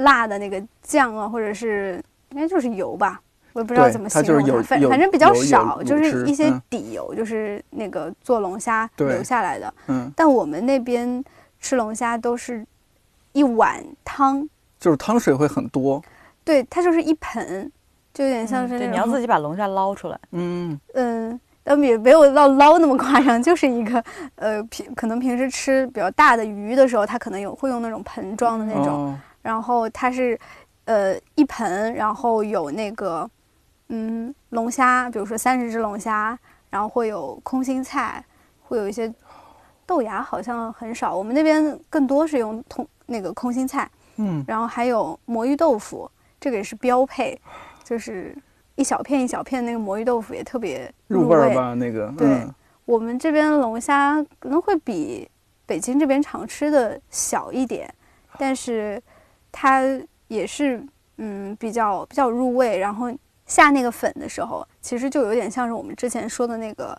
Speaker 4: 辣的那个酱啊，或者是应该就是油吧，我也不知道
Speaker 2: 对
Speaker 4: 怎么
Speaker 2: 它
Speaker 4: 形
Speaker 2: 就是
Speaker 4: 容它，
Speaker 2: 有
Speaker 4: 反
Speaker 2: 有
Speaker 4: 反正比较
Speaker 2: 有有
Speaker 4: 少，就
Speaker 2: 卤
Speaker 4: 是
Speaker 2: 汁
Speaker 4: 一些
Speaker 2: 嗯
Speaker 4: 底油，就是那个做龙虾
Speaker 2: 对
Speaker 4: 留下来的。
Speaker 2: 嗯，
Speaker 4: 但我们那边吃龙虾都是一碗汤，
Speaker 2: 就是汤水会很多。
Speaker 4: 对，它就是一盆，就有点像
Speaker 3: 嗯
Speaker 4: 是
Speaker 3: 对，
Speaker 4: 那
Speaker 3: 你要
Speaker 4: 种
Speaker 3: 自己把龙虾捞出来，
Speaker 2: 嗯，
Speaker 4: 嗯。但也没有到捞那么夸张，就是一个，呃，平可能平时吃比较大的鱼的时候，它可能有会用那种盆装的那种，
Speaker 2: 哦
Speaker 4: 然后它是，呃，一盆，然后有那个，嗯，龙虾，比如说三十只龙虾，然后会有空心菜，会有一些豆芽，好像很少，我们那边更多是用通那个空心菜，
Speaker 2: 嗯，
Speaker 4: 然后还有魔芋豆腐，这个也是标配，就是一小片一小片那个魔芋豆腐也特别
Speaker 2: 入味儿吧，那个。
Speaker 4: 对
Speaker 2: 嗯
Speaker 4: 我们这边龙虾可能会比北京这边常吃的小一点，但是它也是嗯比较比较入味。然后下那个粉的时候，其实就有点像是我们之前说的那个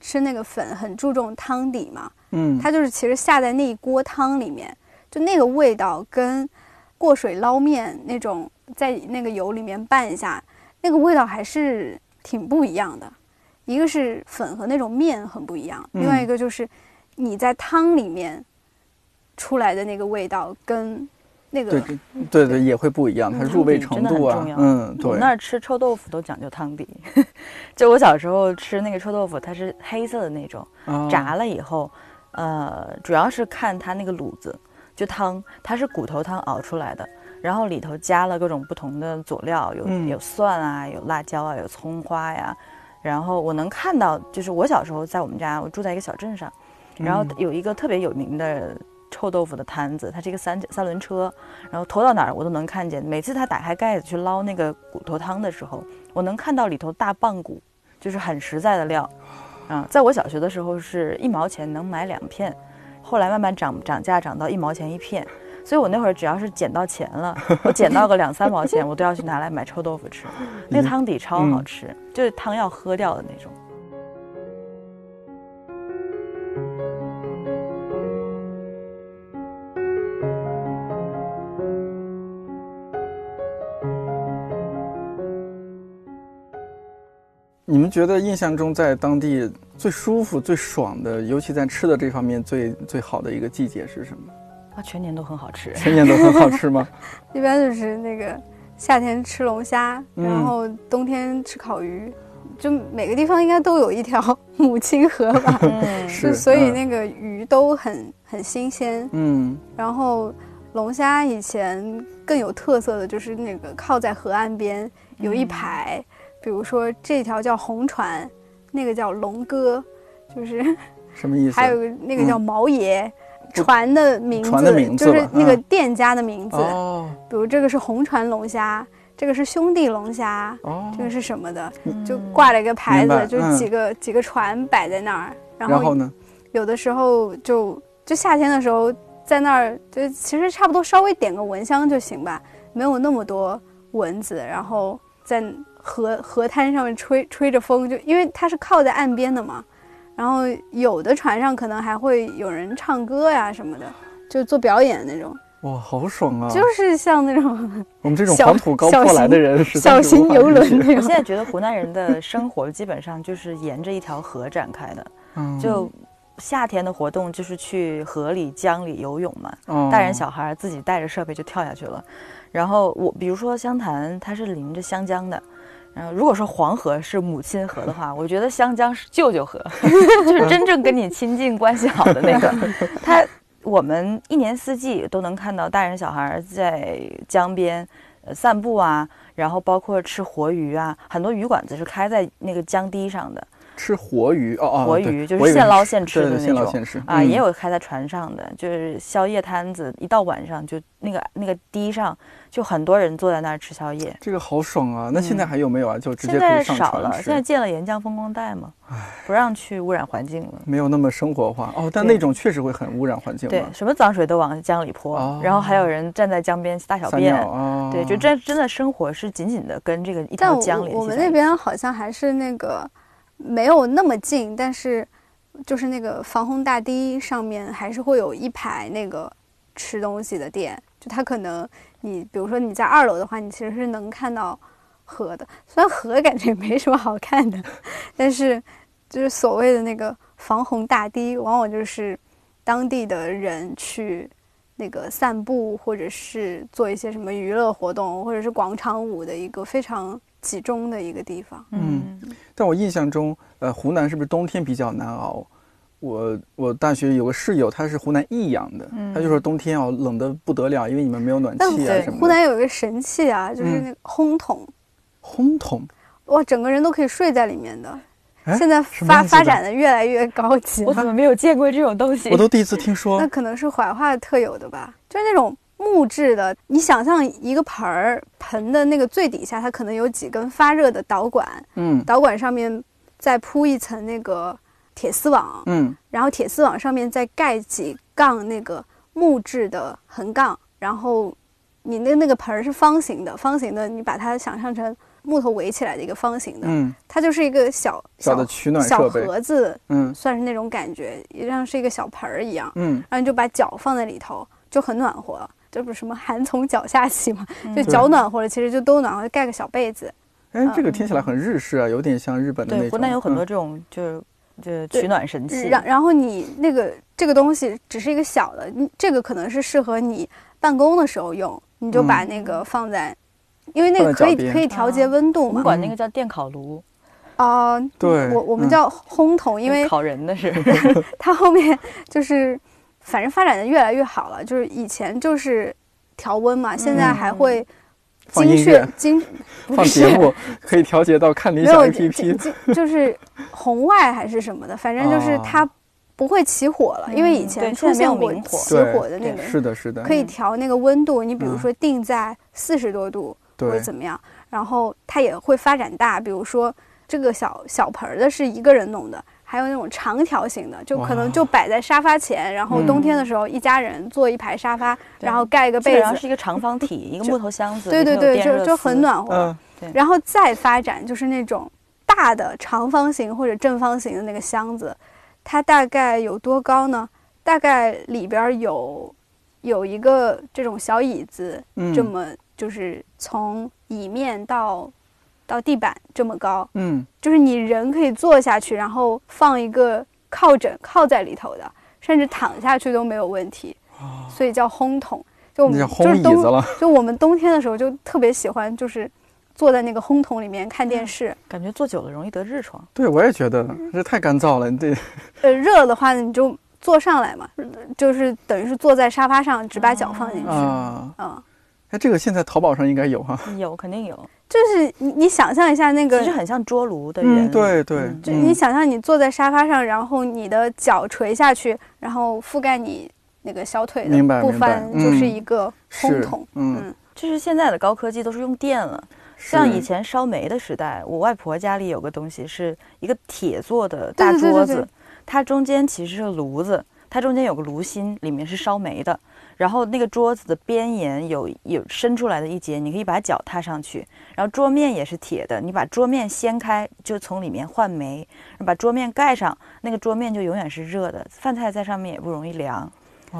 Speaker 4: 吃那个粉很注重汤底嘛，
Speaker 2: 嗯，
Speaker 4: 它就是其实下在那一锅汤里面，就那个味道跟过水捞面那种在那个油里面拌一下，那个味道还是挺不一样的。一个是粉和那种面很不一样，
Speaker 2: 嗯
Speaker 4: 另外一个就是你在汤里面出来的那个味道跟那个
Speaker 2: 对对对对，也会不一样，它
Speaker 3: 嗯
Speaker 2: 入味
Speaker 3: 汤底
Speaker 2: 程
Speaker 3: 真的很
Speaker 2: 度啊
Speaker 3: 重，要
Speaker 2: 嗯，
Speaker 3: 我
Speaker 2: 对
Speaker 3: 们那，儿吃臭豆腐都讲究汤底， 就我小时候吃那个臭豆腐，它是黑色的那种，
Speaker 2: 哦
Speaker 3: 炸了以后，呃，主要是看它那个卤子，就汤，它是骨头汤熬出来的，然后里头加了各种不同的佐料，有、
Speaker 2: 嗯
Speaker 3: 有蒜啊，有辣椒啊，有葱花呀。然后我能看到，就是我小时候在我们家，我住在一个小镇上，然后
Speaker 2: 嗯
Speaker 3: 有一个特别有名的臭豆腐的摊子，它是一个三三轮车，然后投到哪儿我都能看见。每次他打开盖子去捞那个骨头汤的时候，我能看到里头大棒骨，就是很实在的料。啊，在我小学的时候是一毛钱能买两片，后来慢慢涨涨价涨到一毛钱一片，所以我那会儿只要是捡到钱了，我捡到个两三毛钱，我都要去拿来买臭豆腐吃。那个汤底超好吃，就是汤要喝掉的那种。
Speaker 2: 你们觉得印象中在当地最舒服、最爽的，尤其在吃的这方面最最好的一个季节是什 么？
Speaker 3: 啊，全年都很好吃。
Speaker 2: 全年都很好吃吗？
Speaker 4: 一般就是那个夏天吃龙虾，
Speaker 2: 嗯
Speaker 4: 然后冬天吃烤鱼，就每个地方应该都有一条 母亲河吧。
Speaker 3: 嗯，
Speaker 2: 是
Speaker 4: 就所以
Speaker 2: 嗯
Speaker 4: 那个鱼都很很新鲜，
Speaker 2: 嗯，
Speaker 4: 然后龙虾以前更有特色的就是那个靠在河岸边有
Speaker 2: 嗯
Speaker 4: 一排，比如说这条叫红船，那个叫龙哥，就是
Speaker 2: 什么意思？
Speaker 4: 还有那个叫
Speaker 2: 嗯
Speaker 4: 毛爷，
Speaker 2: 不
Speaker 4: 船的名字
Speaker 2: 船的名字
Speaker 4: 就
Speaker 2: 吧
Speaker 4: 是那个
Speaker 2: 嗯
Speaker 4: 店家的名字，
Speaker 2: 哦，
Speaker 4: 比如这个是红船龙虾，这个是兄弟龙虾，
Speaker 2: 哦
Speaker 4: 这个是什么的，
Speaker 3: 嗯
Speaker 4: 就挂了一个牌
Speaker 2: 明白
Speaker 4: 子，就
Speaker 2: 嗯
Speaker 4: 几个、几个船摆在那儿，然
Speaker 2: 然后
Speaker 4: 后
Speaker 2: 呢？
Speaker 4: 有的时候就就夏天的时候在那儿，就其实差不多稍微点个蚊香就行吧，没有那么多蚊子，然后在河河滩上面吹吹着风，就因为它是靠在岸边的嘛，然后有的船上可能还会有人唱歌呀什么的，就做表演那种，
Speaker 2: 哇，好爽啊！
Speaker 4: 就是像那种
Speaker 2: 我们这种
Speaker 4: 小
Speaker 2: 黄土高
Speaker 4: 小
Speaker 2: 坡来
Speaker 4: 型
Speaker 2: 的人，实在
Speaker 4: 小
Speaker 2: 是无
Speaker 4: 型
Speaker 2: 法
Speaker 4: 游
Speaker 2: 理
Speaker 4: 轮
Speaker 2: 解
Speaker 4: 那
Speaker 3: 我现
Speaker 4: 种。
Speaker 3: 在觉得湖南人的生活基本上就是沿着一条河展开的，
Speaker 2: 嗯
Speaker 3: 就夏天的活动就是去河里、江里游泳嘛，
Speaker 2: 哦
Speaker 3: 大人小孩儿自己带着设备就跳下去了。然后我比如说湘潭，它是临着湘江的。然后如果说黄河是母亲河的话，我觉得湘江是舅舅河，就是真正跟你亲近关系好的那个。它我们一年四季都能看到大人小孩儿在江边呃散步啊，然后包括吃活鱼啊，很多鱼馆子是开在那个江堤上的
Speaker 2: 吃活鱼哦哦，
Speaker 3: 活
Speaker 2: 对
Speaker 3: 鱼就是
Speaker 2: 我以为
Speaker 3: 现捞现吃
Speaker 2: 对
Speaker 3: 的
Speaker 2: 对
Speaker 3: 那
Speaker 2: 现捞
Speaker 3: 种
Speaker 2: 现吃
Speaker 3: 啊，
Speaker 2: 嗯
Speaker 3: 也有开在船上的，就是宵夜摊子，一到晚上就那个那个堤上就很多人坐在那儿吃宵夜。
Speaker 2: 这个好爽啊！那现在
Speaker 3: 嗯
Speaker 2: 还有没有啊？就直接可
Speaker 3: 现在
Speaker 2: 以上
Speaker 3: 少
Speaker 2: 船
Speaker 3: 了，
Speaker 2: 吃，
Speaker 3: 现在建了沿江风光带嘛，不让去污染环境了。
Speaker 2: 没有那么生活化哦，但
Speaker 3: 对
Speaker 2: 那种确实会很污染环境
Speaker 3: 对
Speaker 2: 嘛，
Speaker 3: 什么脏水都往江里泼，
Speaker 2: 哦
Speaker 3: 然后还有人站在江边大小
Speaker 2: 撒
Speaker 3: 便
Speaker 2: 尿。啊，
Speaker 3: 对，就这真的生活是紧紧的跟这个一
Speaker 4: 但
Speaker 3: 条
Speaker 4: 我
Speaker 3: 江联
Speaker 4: 我
Speaker 3: 系
Speaker 4: 们
Speaker 3: 在
Speaker 4: 那
Speaker 3: 一起
Speaker 4: 边好像还是那个没有那么近，但是就是那个防洪大堤上面还是会有一排那个吃东西的店，就它可能你比如说你在二楼的话，你其实是能看到河的，虽然河感觉没什么好看的，但是就是所谓的那个防洪大堤，往往就是当地的人去。那个散步，或者是做一些什么娱乐活动，或者是广场舞的一个非常集中的一个地方。
Speaker 2: 嗯，但我印象中，呃，湖南是不是冬天比较难熬？我我大学有个室友，他是湖南益阳的，
Speaker 3: 嗯
Speaker 2: 他就说冬天哦冷的不得了，因为你们没有暖
Speaker 4: 但
Speaker 2: 气啊
Speaker 3: 对
Speaker 2: 什么的。
Speaker 4: 湖南有一个神器啊，就是
Speaker 2: 嗯
Speaker 4: 那个烘筒，
Speaker 2: 烘桶，
Speaker 4: 哇，整个人都可以睡在里面的
Speaker 2: 哎。
Speaker 4: 现在
Speaker 2: 什么
Speaker 4: 发
Speaker 2: 样子
Speaker 4: 发
Speaker 2: 的
Speaker 4: 展的越来越高级
Speaker 3: 我
Speaker 4: 了，
Speaker 3: 怎么没有见过这种东西？
Speaker 2: 我都第一次听说
Speaker 4: 那。可能是怀化特有的吧，就是那种木质的。你想象一个盆儿，盆的那个最底下，它可能有几根发热的导管，
Speaker 2: 嗯
Speaker 4: 导管上面再铺一层那个铁丝网，
Speaker 2: 嗯，
Speaker 4: 然后铁丝网上面再盖几杠那个木质的横杠，然后你的那个盆儿是方形的，方形的，你把它想象成木头围起来的一个方形的，
Speaker 2: 嗯，
Speaker 4: 它就是一个小
Speaker 2: 小的取暖
Speaker 4: 小
Speaker 2: 设备，
Speaker 4: 盒子，
Speaker 2: 嗯
Speaker 4: 算是那种感觉，也像是一个小盆儿一样，
Speaker 2: 嗯，
Speaker 4: 然后你就把脚放在里头，就很暖和。这不是什么寒从脚下起嘛，就
Speaker 3: 嗯
Speaker 4: 脚暖和了，其实就都暖和，盖个小被子。
Speaker 2: 哎，这个
Speaker 4: 嗯
Speaker 2: 听起来很日式啊，有点像日本的那
Speaker 3: 对
Speaker 2: 种。
Speaker 3: 湖南有很多
Speaker 2: 嗯
Speaker 3: 这种就是就是
Speaker 4: 对
Speaker 3: 取暖神器，
Speaker 4: 然然后你那个这个东西只是一个小的，你这个可能是适合你办公的时候用，你就把那个放在，因为那个
Speaker 2: 嗯放在
Speaker 4: 可以
Speaker 2: 脚边
Speaker 4: 可以调节温度
Speaker 3: 我们
Speaker 4: 嘛。
Speaker 2: 嗯
Speaker 3: 管那个叫电烤炉，
Speaker 4: 啊、
Speaker 2: 对
Speaker 4: 我我们
Speaker 2: 嗯
Speaker 4: 叫烘桶，因为
Speaker 3: 烤人 的是
Speaker 4: 它后面就是反正发展的越来越好了，就是以前就是调温嘛，现在还会
Speaker 2: 嗯放
Speaker 4: 精
Speaker 2: 音
Speaker 4: 确
Speaker 2: 乐
Speaker 4: 精
Speaker 2: 放节目，可以调节到看理
Speaker 4: 没
Speaker 2: 想
Speaker 4: 有
Speaker 2: APP。
Speaker 4: 这这就是红外还是什么的，反正就是
Speaker 2: 哦
Speaker 4: 它不会起火了，因为以
Speaker 3: 嗯
Speaker 4: 前
Speaker 3: 对
Speaker 4: 出
Speaker 3: 现在没有
Speaker 4: 现过
Speaker 3: 明火
Speaker 4: 起
Speaker 2: 对
Speaker 4: 火的那
Speaker 3: 对
Speaker 4: 个
Speaker 2: 是的，是的，
Speaker 4: 可以
Speaker 3: 嗯
Speaker 4: 调那个温度，你比如
Speaker 2: 嗯
Speaker 4: 说定在四十多度或者
Speaker 2: 对，
Speaker 4: 怎么样，然后它也会发展大，比如说这个小小盆儿的是一个人弄的。还有那种长条形的，就可能
Speaker 2: 哇
Speaker 4: 就摆在沙发前，然后冬
Speaker 3: 嗯
Speaker 4: 天的时候一家人坐一排沙发，
Speaker 3: 对
Speaker 4: 然后盖一个
Speaker 3: 基本
Speaker 4: 被
Speaker 3: 上
Speaker 4: 子，
Speaker 3: 是一个长方 体，一个
Speaker 4: 就
Speaker 3: 木头箱子，
Speaker 4: 对
Speaker 3: 里
Speaker 4: 对
Speaker 3: 头有
Speaker 4: 对，
Speaker 3: 电
Speaker 4: 就
Speaker 3: 热
Speaker 4: 就
Speaker 3: 丝
Speaker 4: 很。暖和。
Speaker 2: 嗯，
Speaker 4: 然后再发展就是那种大的长方形或者正方形的那个箱子，它大概有多高呢？大概里边儿有有一个这种小椅子，
Speaker 2: 嗯
Speaker 4: 这么就是从椅面到到地板这么高，
Speaker 2: 嗯，
Speaker 4: 就是你人可以坐下去，然后放一个靠枕靠在里头的，甚至躺下去都没有问题，所以叫烘桶。就我
Speaker 2: 哦那
Speaker 4: 们
Speaker 2: 叫
Speaker 4: 就
Speaker 2: 烘
Speaker 4: 是
Speaker 2: 椅
Speaker 4: 冬
Speaker 2: 子了。
Speaker 4: 就我们冬天的时候就特别喜欢，就是坐在那个烘桶里面看电视。
Speaker 3: 感觉坐久了容易得痔疮。
Speaker 2: 对，我也觉得这太干燥了，你得
Speaker 4: 呃，热的话你就坐上来嘛，就是等于是坐在沙发上，只把脚放进去。
Speaker 2: 啊。
Speaker 4: 嗯，
Speaker 2: 哎，这个现在淘宝上应该有哈、
Speaker 3: 有肯定有，
Speaker 4: 就是你你想象一下那个
Speaker 3: 其实，很像桌炉的
Speaker 2: 嗯
Speaker 3: 人。
Speaker 2: 对对
Speaker 3: 嗯
Speaker 4: 就
Speaker 2: 嗯
Speaker 4: 你想象你坐在沙发上，然后你的脚垂下去，然后覆盖你那个小腿
Speaker 2: 明
Speaker 4: 的
Speaker 2: 白
Speaker 4: 部
Speaker 2: 明白
Speaker 4: 分，就是
Speaker 2: 嗯
Speaker 4: 一个烘
Speaker 2: 是
Speaker 4: 桶。
Speaker 2: 嗯，
Speaker 3: 就是现在的高科技都是用电了。像以前烧煤的时代，我外婆家里有个东西是一个铁做的大
Speaker 4: 对对对
Speaker 3: 桌
Speaker 4: 对
Speaker 3: 子
Speaker 4: 对，
Speaker 3: 它中间其实是个炉子，它中间有个炉心，里面是烧煤的。然后那个桌子的边沿有有伸出来的一节，你可以把脚踏上去。然后桌面也是铁的，你把桌面掀开，就从里面换煤，把桌面盖上，那个桌面就永远是热的，饭菜在上面也不容易凉。
Speaker 4: 哦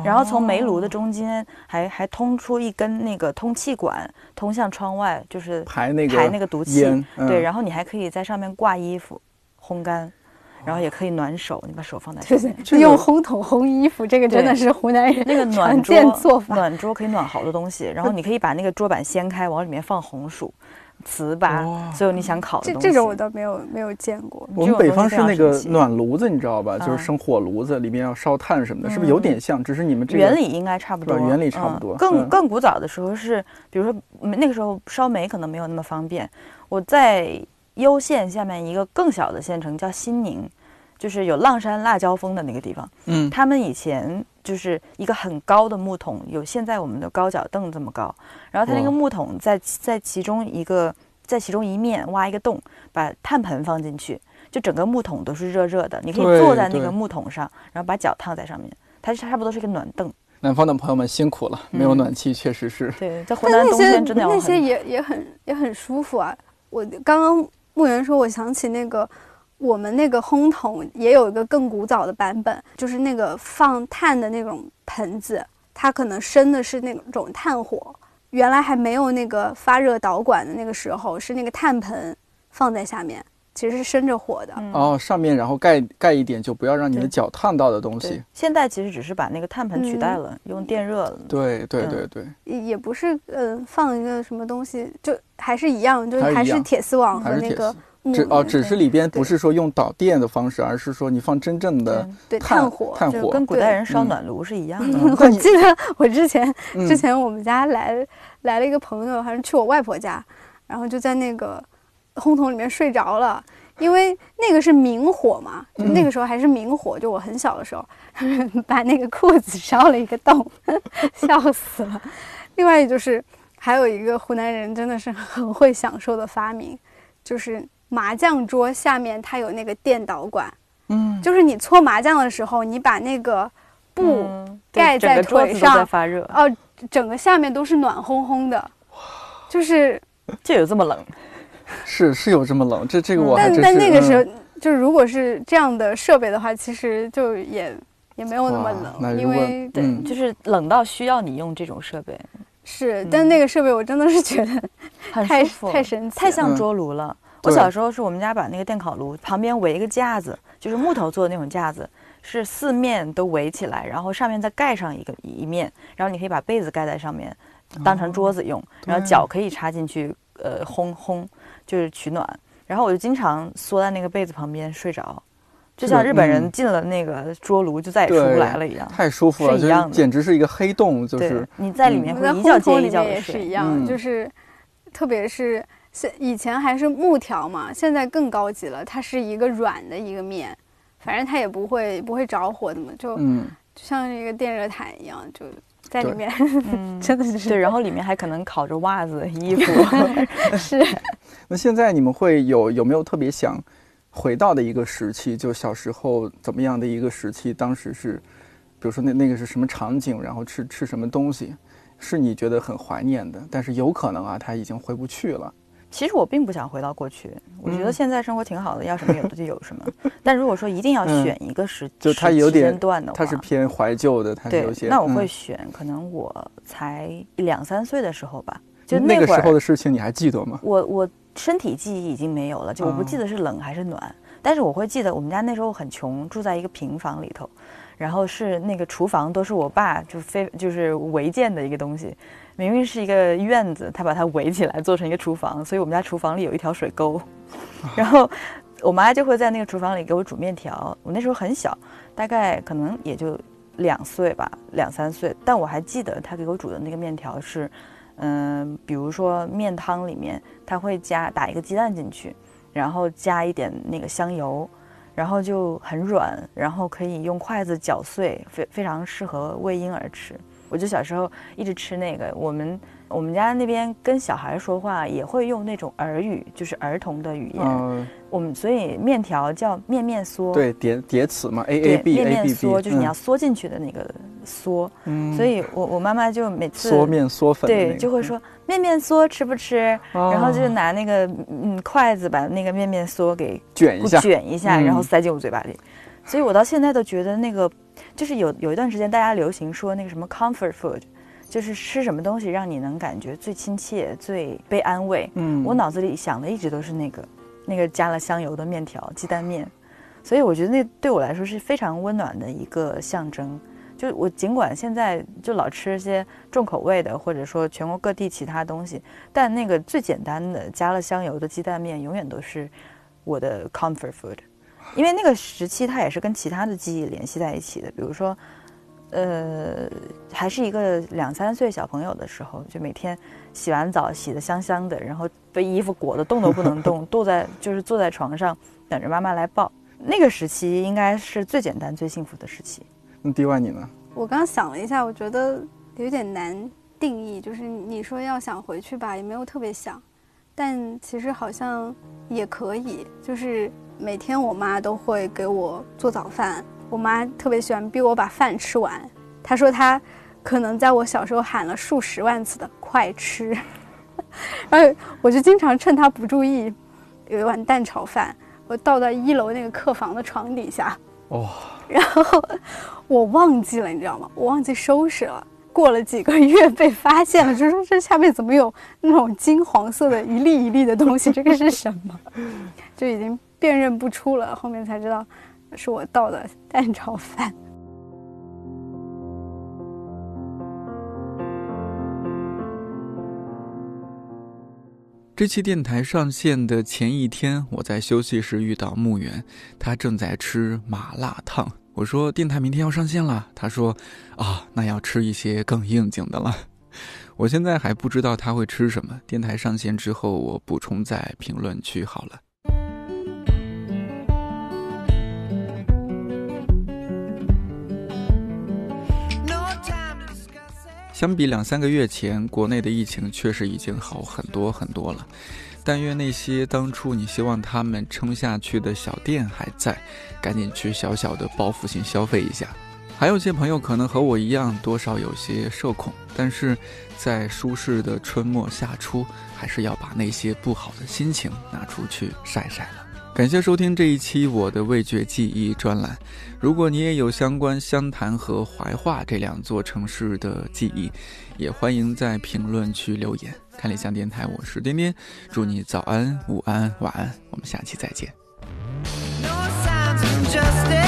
Speaker 3: 然后从煤炉的中间还还通出一根那个通气管，通向窗外，就是
Speaker 5: 排那个
Speaker 3: 排那个毒气
Speaker 5: 烟。嗯
Speaker 3: 对，然后你还可以在上面挂衣服，烘干，然后也可以暖手，你把手放在上面。
Speaker 5: 这个
Speaker 4: 用烘桶烘衣服，这个真的
Speaker 3: 对
Speaker 4: 是湖南人
Speaker 3: 那个暖
Speaker 4: 常见做
Speaker 3: 桌，
Speaker 4: 法。
Speaker 3: 暖桌可以暖好多东西，然后你可以把那个桌板掀开，往里面放红薯、糍粑，所有你想烤的
Speaker 4: 这
Speaker 3: 东西。
Speaker 4: 这种我倒没有没有见过，
Speaker 5: 我们北方是那
Speaker 3: 这种东西非常
Speaker 5: 个
Speaker 3: 神奇
Speaker 5: 暖炉子，你知道吧？就是
Speaker 3: 嗯
Speaker 5: 生火炉子，里面要烧炭什么的，是不是有点像？只是你们这个
Speaker 3: 原理应该差不
Speaker 5: 对
Speaker 3: 多，
Speaker 5: 吧原理差不多
Speaker 3: 嗯、更
Speaker 5: 嗯
Speaker 3: 更古早的时候是，比如说嗯那个时候烧煤可能没有那么方便。我在攸县下面一个更小的县城叫新宁，就是有浪山辣椒峰的那个地方。
Speaker 2: 嗯，
Speaker 3: 他们以前就是一个很高的木桶，有现在我们的高脚凳这么高。然后它那个
Speaker 5: 哇
Speaker 3: 木桶在其在其中一个在其中一面挖一个洞，把炭盆放进去，就整个木桶都是热热的。你可以
Speaker 5: 对
Speaker 3: 坐在那
Speaker 5: 对
Speaker 3: 个木桶上，然后把脚烫在上面，它是差不多是一个暖凳。
Speaker 5: 南方的朋友们辛苦了，没有
Speaker 3: 嗯
Speaker 5: 暖气确实是。
Speaker 3: 对，在湖
Speaker 4: 但
Speaker 3: 南
Speaker 4: 那
Speaker 3: 冬
Speaker 4: 些
Speaker 3: 天真的要
Speaker 4: 那些
Speaker 3: 很
Speaker 4: 也也很也很舒服啊。我刚刚木原说，我想起那个我们那个烘桶也有一个更古早的版本，就是那个放炭的那种盆子，它可能生的是那种炭火。原来还没有那个发热导管的那个时候，是那个炭盆放在下面，其实是生着火的。
Speaker 3: 嗯
Speaker 5: 哦，上面然后盖盖一点，就不要让你的
Speaker 3: 对
Speaker 5: 脚烫到的东
Speaker 3: 对
Speaker 5: 西。。
Speaker 3: 现在其实只是把那个炭盆取代
Speaker 4: 嗯
Speaker 3: 了，用电热了。
Speaker 5: 对对
Speaker 3: 嗯
Speaker 5: 对对，
Speaker 4: 也也不是，嗯，放一个什么东西，就还是一样，就是
Speaker 5: 还是
Speaker 4: 还
Speaker 5: 一
Speaker 4: 是
Speaker 5: 样
Speaker 4: 铁丝网
Speaker 5: 还
Speaker 4: 和
Speaker 5: 是
Speaker 4: 那
Speaker 5: 铁
Speaker 4: 个
Speaker 5: 丝。
Speaker 3: 嗯
Speaker 4: 木
Speaker 5: 只哦，
Speaker 4: 的
Speaker 5: 只是里边不
Speaker 4: 对
Speaker 5: 是说用导电的方式，而是说你放真正的
Speaker 4: 对
Speaker 5: 炭
Speaker 4: 炭火，
Speaker 5: 炭
Speaker 3: 就
Speaker 5: 火
Speaker 3: 跟古代
Speaker 4: 对
Speaker 3: 人烧
Speaker 5: 嗯
Speaker 3: 暖炉是一样的。
Speaker 5: 嗯
Speaker 4: 我记得我之前
Speaker 5: 嗯
Speaker 4: 之前我们家来来了一个朋友，还是去我外婆家，然后就在那个烘桶里面睡着了，因为那个是明火嘛，就
Speaker 5: 嗯
Speaker 4: 那个时候还是明火，就我很小的时候， 把那个裤子烧了一个洞， 笑死了。另外就是还有一个湖南人真的是很会享受的发明，就是麻将桌下面它有那个电导管，
Speaker 5: 嗯，
Speaker 4: 就是你搓麻将的时候，你把那个布。
Speaker 3: 嗯对
Speaker 4: 盖
Speaker 3: 整
Speaker 4: 在
Speaker 3: 个桌子
Speaker 4: 腿
Speaker 3: 都在
Speaker 4: 上
Speaker 3: 发热，
Speaker 4: 哦，整个下面都是暖烘烘的，就是，
Speaker 3: 就有这么冷。
Speaker 5: 是是有这么冷，这这个我还
Speaker 4: 但
Speaker 5: 真是。
Speaker 4: 但那个时候
Speaker 5: 嗯，
Speaker 4: 就是如果是这样的设备的话，其实就也也没有那么
Speaker 5: 哇那
Speaker 4: 冷，因
Speaker 5: 如果
Speaker 4: 为
Speaker 3: 对，
Speaker 5: 嗯
Speaker 3: 就是冷到需要你用这种设备，
Speaker 4: 是
Speaker 3: 嗯，
Speaker 4: 但那个设备我真的是觉得
Speaker 3: 很
Speaker 4: 太
Speaker 3: 舒服，
Speaker 4: 太神奇，
Speaker 3: 太像
Speaker 5: 嗯
Speaker 3: 桌炉了。我
Speaker 5: 对
Speaker 3: 小时候是我们家把那个电烤炉旁边围一个架子，就是木头做的那种架子，是四面都围起来，然后上面再盖上一个一面，然后你可以把被子盖在上面，当成桌子
Speaker 5: 嗯
Speaker 3: 用，然后脚可以插进去，呃，烘烘就是取暖。然后我就经常缩在那个被子旁边睡着，就像
Speaker 5: 这个
Speaker 3: 日本人
Speaker 5: 嗯
Speaker 3: 进了那个桌炉就再也出不
Speaker 5: 对
Speaker 3: 来了一样。
Speaker 5: 太舒服了，
Speaker 3: 是一
Speaker 5: 就是
Speaker 3: 样的
Speaker 5: 简直是一个黑洞，就
Speaker 3: 对
Speaker 5: 是，
Speaker 3: 你在里面
Speaker 4: 我
Speaker 3: 会
Speaker 4: 在
Speaker 3: 一觉
Speaker 4: 烘
Speaker 3: 接
Speaker 4: 桶
Speaker 3: 一
Speaker 4: 里
Speaker 3: 觉
Speaker 4: 面
Speaker 3: 的
Speaker 4: 也是一
Speaker 3: 睡。
Speaker 4: 样，
Speaker 5: 嗯
Speaker 4: 就是特别是现以前还是木条嘛，现在更高级了，它是一个软的一个面，反正它也不会不会着火的嘛，就就
Speaker 5: 嗯，
Speaker 4: 像一个电热毯一样，就在里
Speaker 5: 对
Speaker 4: 面
Speaker 3: 嗯，
Speaker 4: 真的是
Speaker 3: 对，然后里面还可能烤着袜子、衣 服。
Speaker 4: 是。
Speaker 5: 那现在你们会有有没有特别想回到的一个时期？就小时候怎么样的一个时期？当时是，比如说那那个是什么场景，然后吃吃什么东西，是你觉得很怀念的，但是有可能啊，他已经回不去了。
Speaker 3: 其实我并不想回到过去，我觉得
Speaker 5: 嗯
Speaker 3: 现在生活挺好的，要什么有的 就有什么。但如果说一定要
Speaker 5: 嗯
Speaker 3: 选一个时，
Speaker 5: 就
Speaker 3: 时
Speaker 5: 它有
Speaker 3: 时间
Speaker 5: 点
Speaker 3: 段的话，
Speaker 5: 它是偏怀旧的，它是
Speaker 3: 对
Speaker 5: 有，些。
Speaker 3: 那我会
Speaker 5: 嗯
Speaker 3: 选，可能我才两三岁的时候吧，就
Speaker 5: 那个
Speaker 3: 那会
Speaker 5: 时
Speaker 3: 儿，
Speaker 5: 候的事情，你还记得吗？
Speaker 3: 我我身体记忆已经没有了，就我不记得是冷还是暖，但是我会记得我们家那时候很穷，住在一个平房里头，然后是那个厨房都是我爸就非就是违建的一个东西，明明是一个院子，他把它围起来做成一个厨房，所以我们家厨房里有一条水沟，然后我妈就会在那个厨房里给我煮面条。我那时候很小，大概可能也就两岁吧，两三岁，但我还记得她给我煮的那个面条是，嗯、比如说面汤里面，她会加打一个鸡蛋进去，然后加一点那个香油。然后就很软，然后可以用筷子搅碎，非非常适合喂婴儿吃。我就小时候一直吃那个。我们我们家那边跟小孩说话也会用那种儿语，就是儿童的语言。
Speaker 5: 嗯、
Speaker 3: 我们所以面条叫面面缩，
Speaker 5: 对叠叠词嘛，A
Speaker 3: 对
Speaker 5: A B
Speaker 3: 面
Speaker 5: A
Speaker 3: 面
Speaker 5: B
Speaker 3: 缩
Speaker 5: B，
Speaker 3: 就是你要缩进去的那个缩。
Speaker 5: 嗯
Speaker 3: 所以我我妈妈就每次
Speaker 5: 缩面缩粉的那个，嗯
Speaker 3: 对就会说面面缩吃不吃，然后就
Speaker 5: 哦
Speaker 3: 拿那个嗯筷子把那个面面缩给
Speaker 5: 卷一下，
Speaker 3: 卷一下，然后
Speaker 5: 嗯
Speaker 3: 塞进我嘴巴里。所以我到现在都觉得那个，就是有有一段时间大家流行说那个什么 comfort food，就是吃什么东西让你能感觉最亲切、最被安慰。
Speaker 5: 嗯，
Speaker 3: 我脑子里想的一直都是那个，那个加了香油的面条、鸡蛋面，所以我觉得那对我来说是非常温暖的一个象征。就我尽管现在就老吃一些重口味的，或者说全国各地其他东西，但那个最简单的加了香油的鸡蛋面，永远都是我的 comfort food，因为那个时期它也是跟其他的记忆联系在一起的，比如说。呃，还是一个两三岁小朋友的时候，就每天洗完澡洗得香香的，然后被衣服裹得动都不能动，坐在就是坐在床上等着妈妈来抱。那个时期应该是最简单、最幸福的时期。
Speaker 5: 那 D Y 你呢？
Speaker 4: 我刚想了一下，我觉得有点难定义，就是你说要想回去吧，也没有特别想，但其实好像也可以。就是每天我妈都会给我做早饭，我妈特别喜欢逼我把饭吃完。她说她可能在我小时候喊了数十万次的“快吃”，然后我就经常趁她不注意，有一碗蛋炒饭，我倒到一楼那个客房的床底下。
Speaker 5: 哦，
Speaker 4: 然后我忘记了，你知道吗？我忘记收拾了。过了几个月被发现了，就说这下面怎么有那种金黄色的一粒一粒的东西？这个是什么？ 就已经辨认不出了。后面才知道是我倒的蛋炒饭。
Speaker 2: 这期电台上线的前一天，我在休息时遇到木原，他正在吃麻辣烫。我说电台明天要上线了，他说啊，那要吃一些更应景的了。 我现在还不知道他会吃什么，电台上线之后我补充在评论区好了。相比两三个月前，国内的疫情确实已经好很多很多了。但愿那些当初你希望他们撑下去的小店还在，赶紧去小小的报复性消费一下。还有些朋友可能和我一样，多少有些社恐，但是在舒适的春末夏初，还是要把那些不好的心情拿出去晒晒了。感谢收听这一期我的味觉记忆专栏。如果你也有相关湘潭和怀化这两座城市的记忆，也欢迎在评论区留言。看理想电台，我是颠颠，祝你早安、午安、晚安，我们下期再见。
Speaker 6: No signs of justice.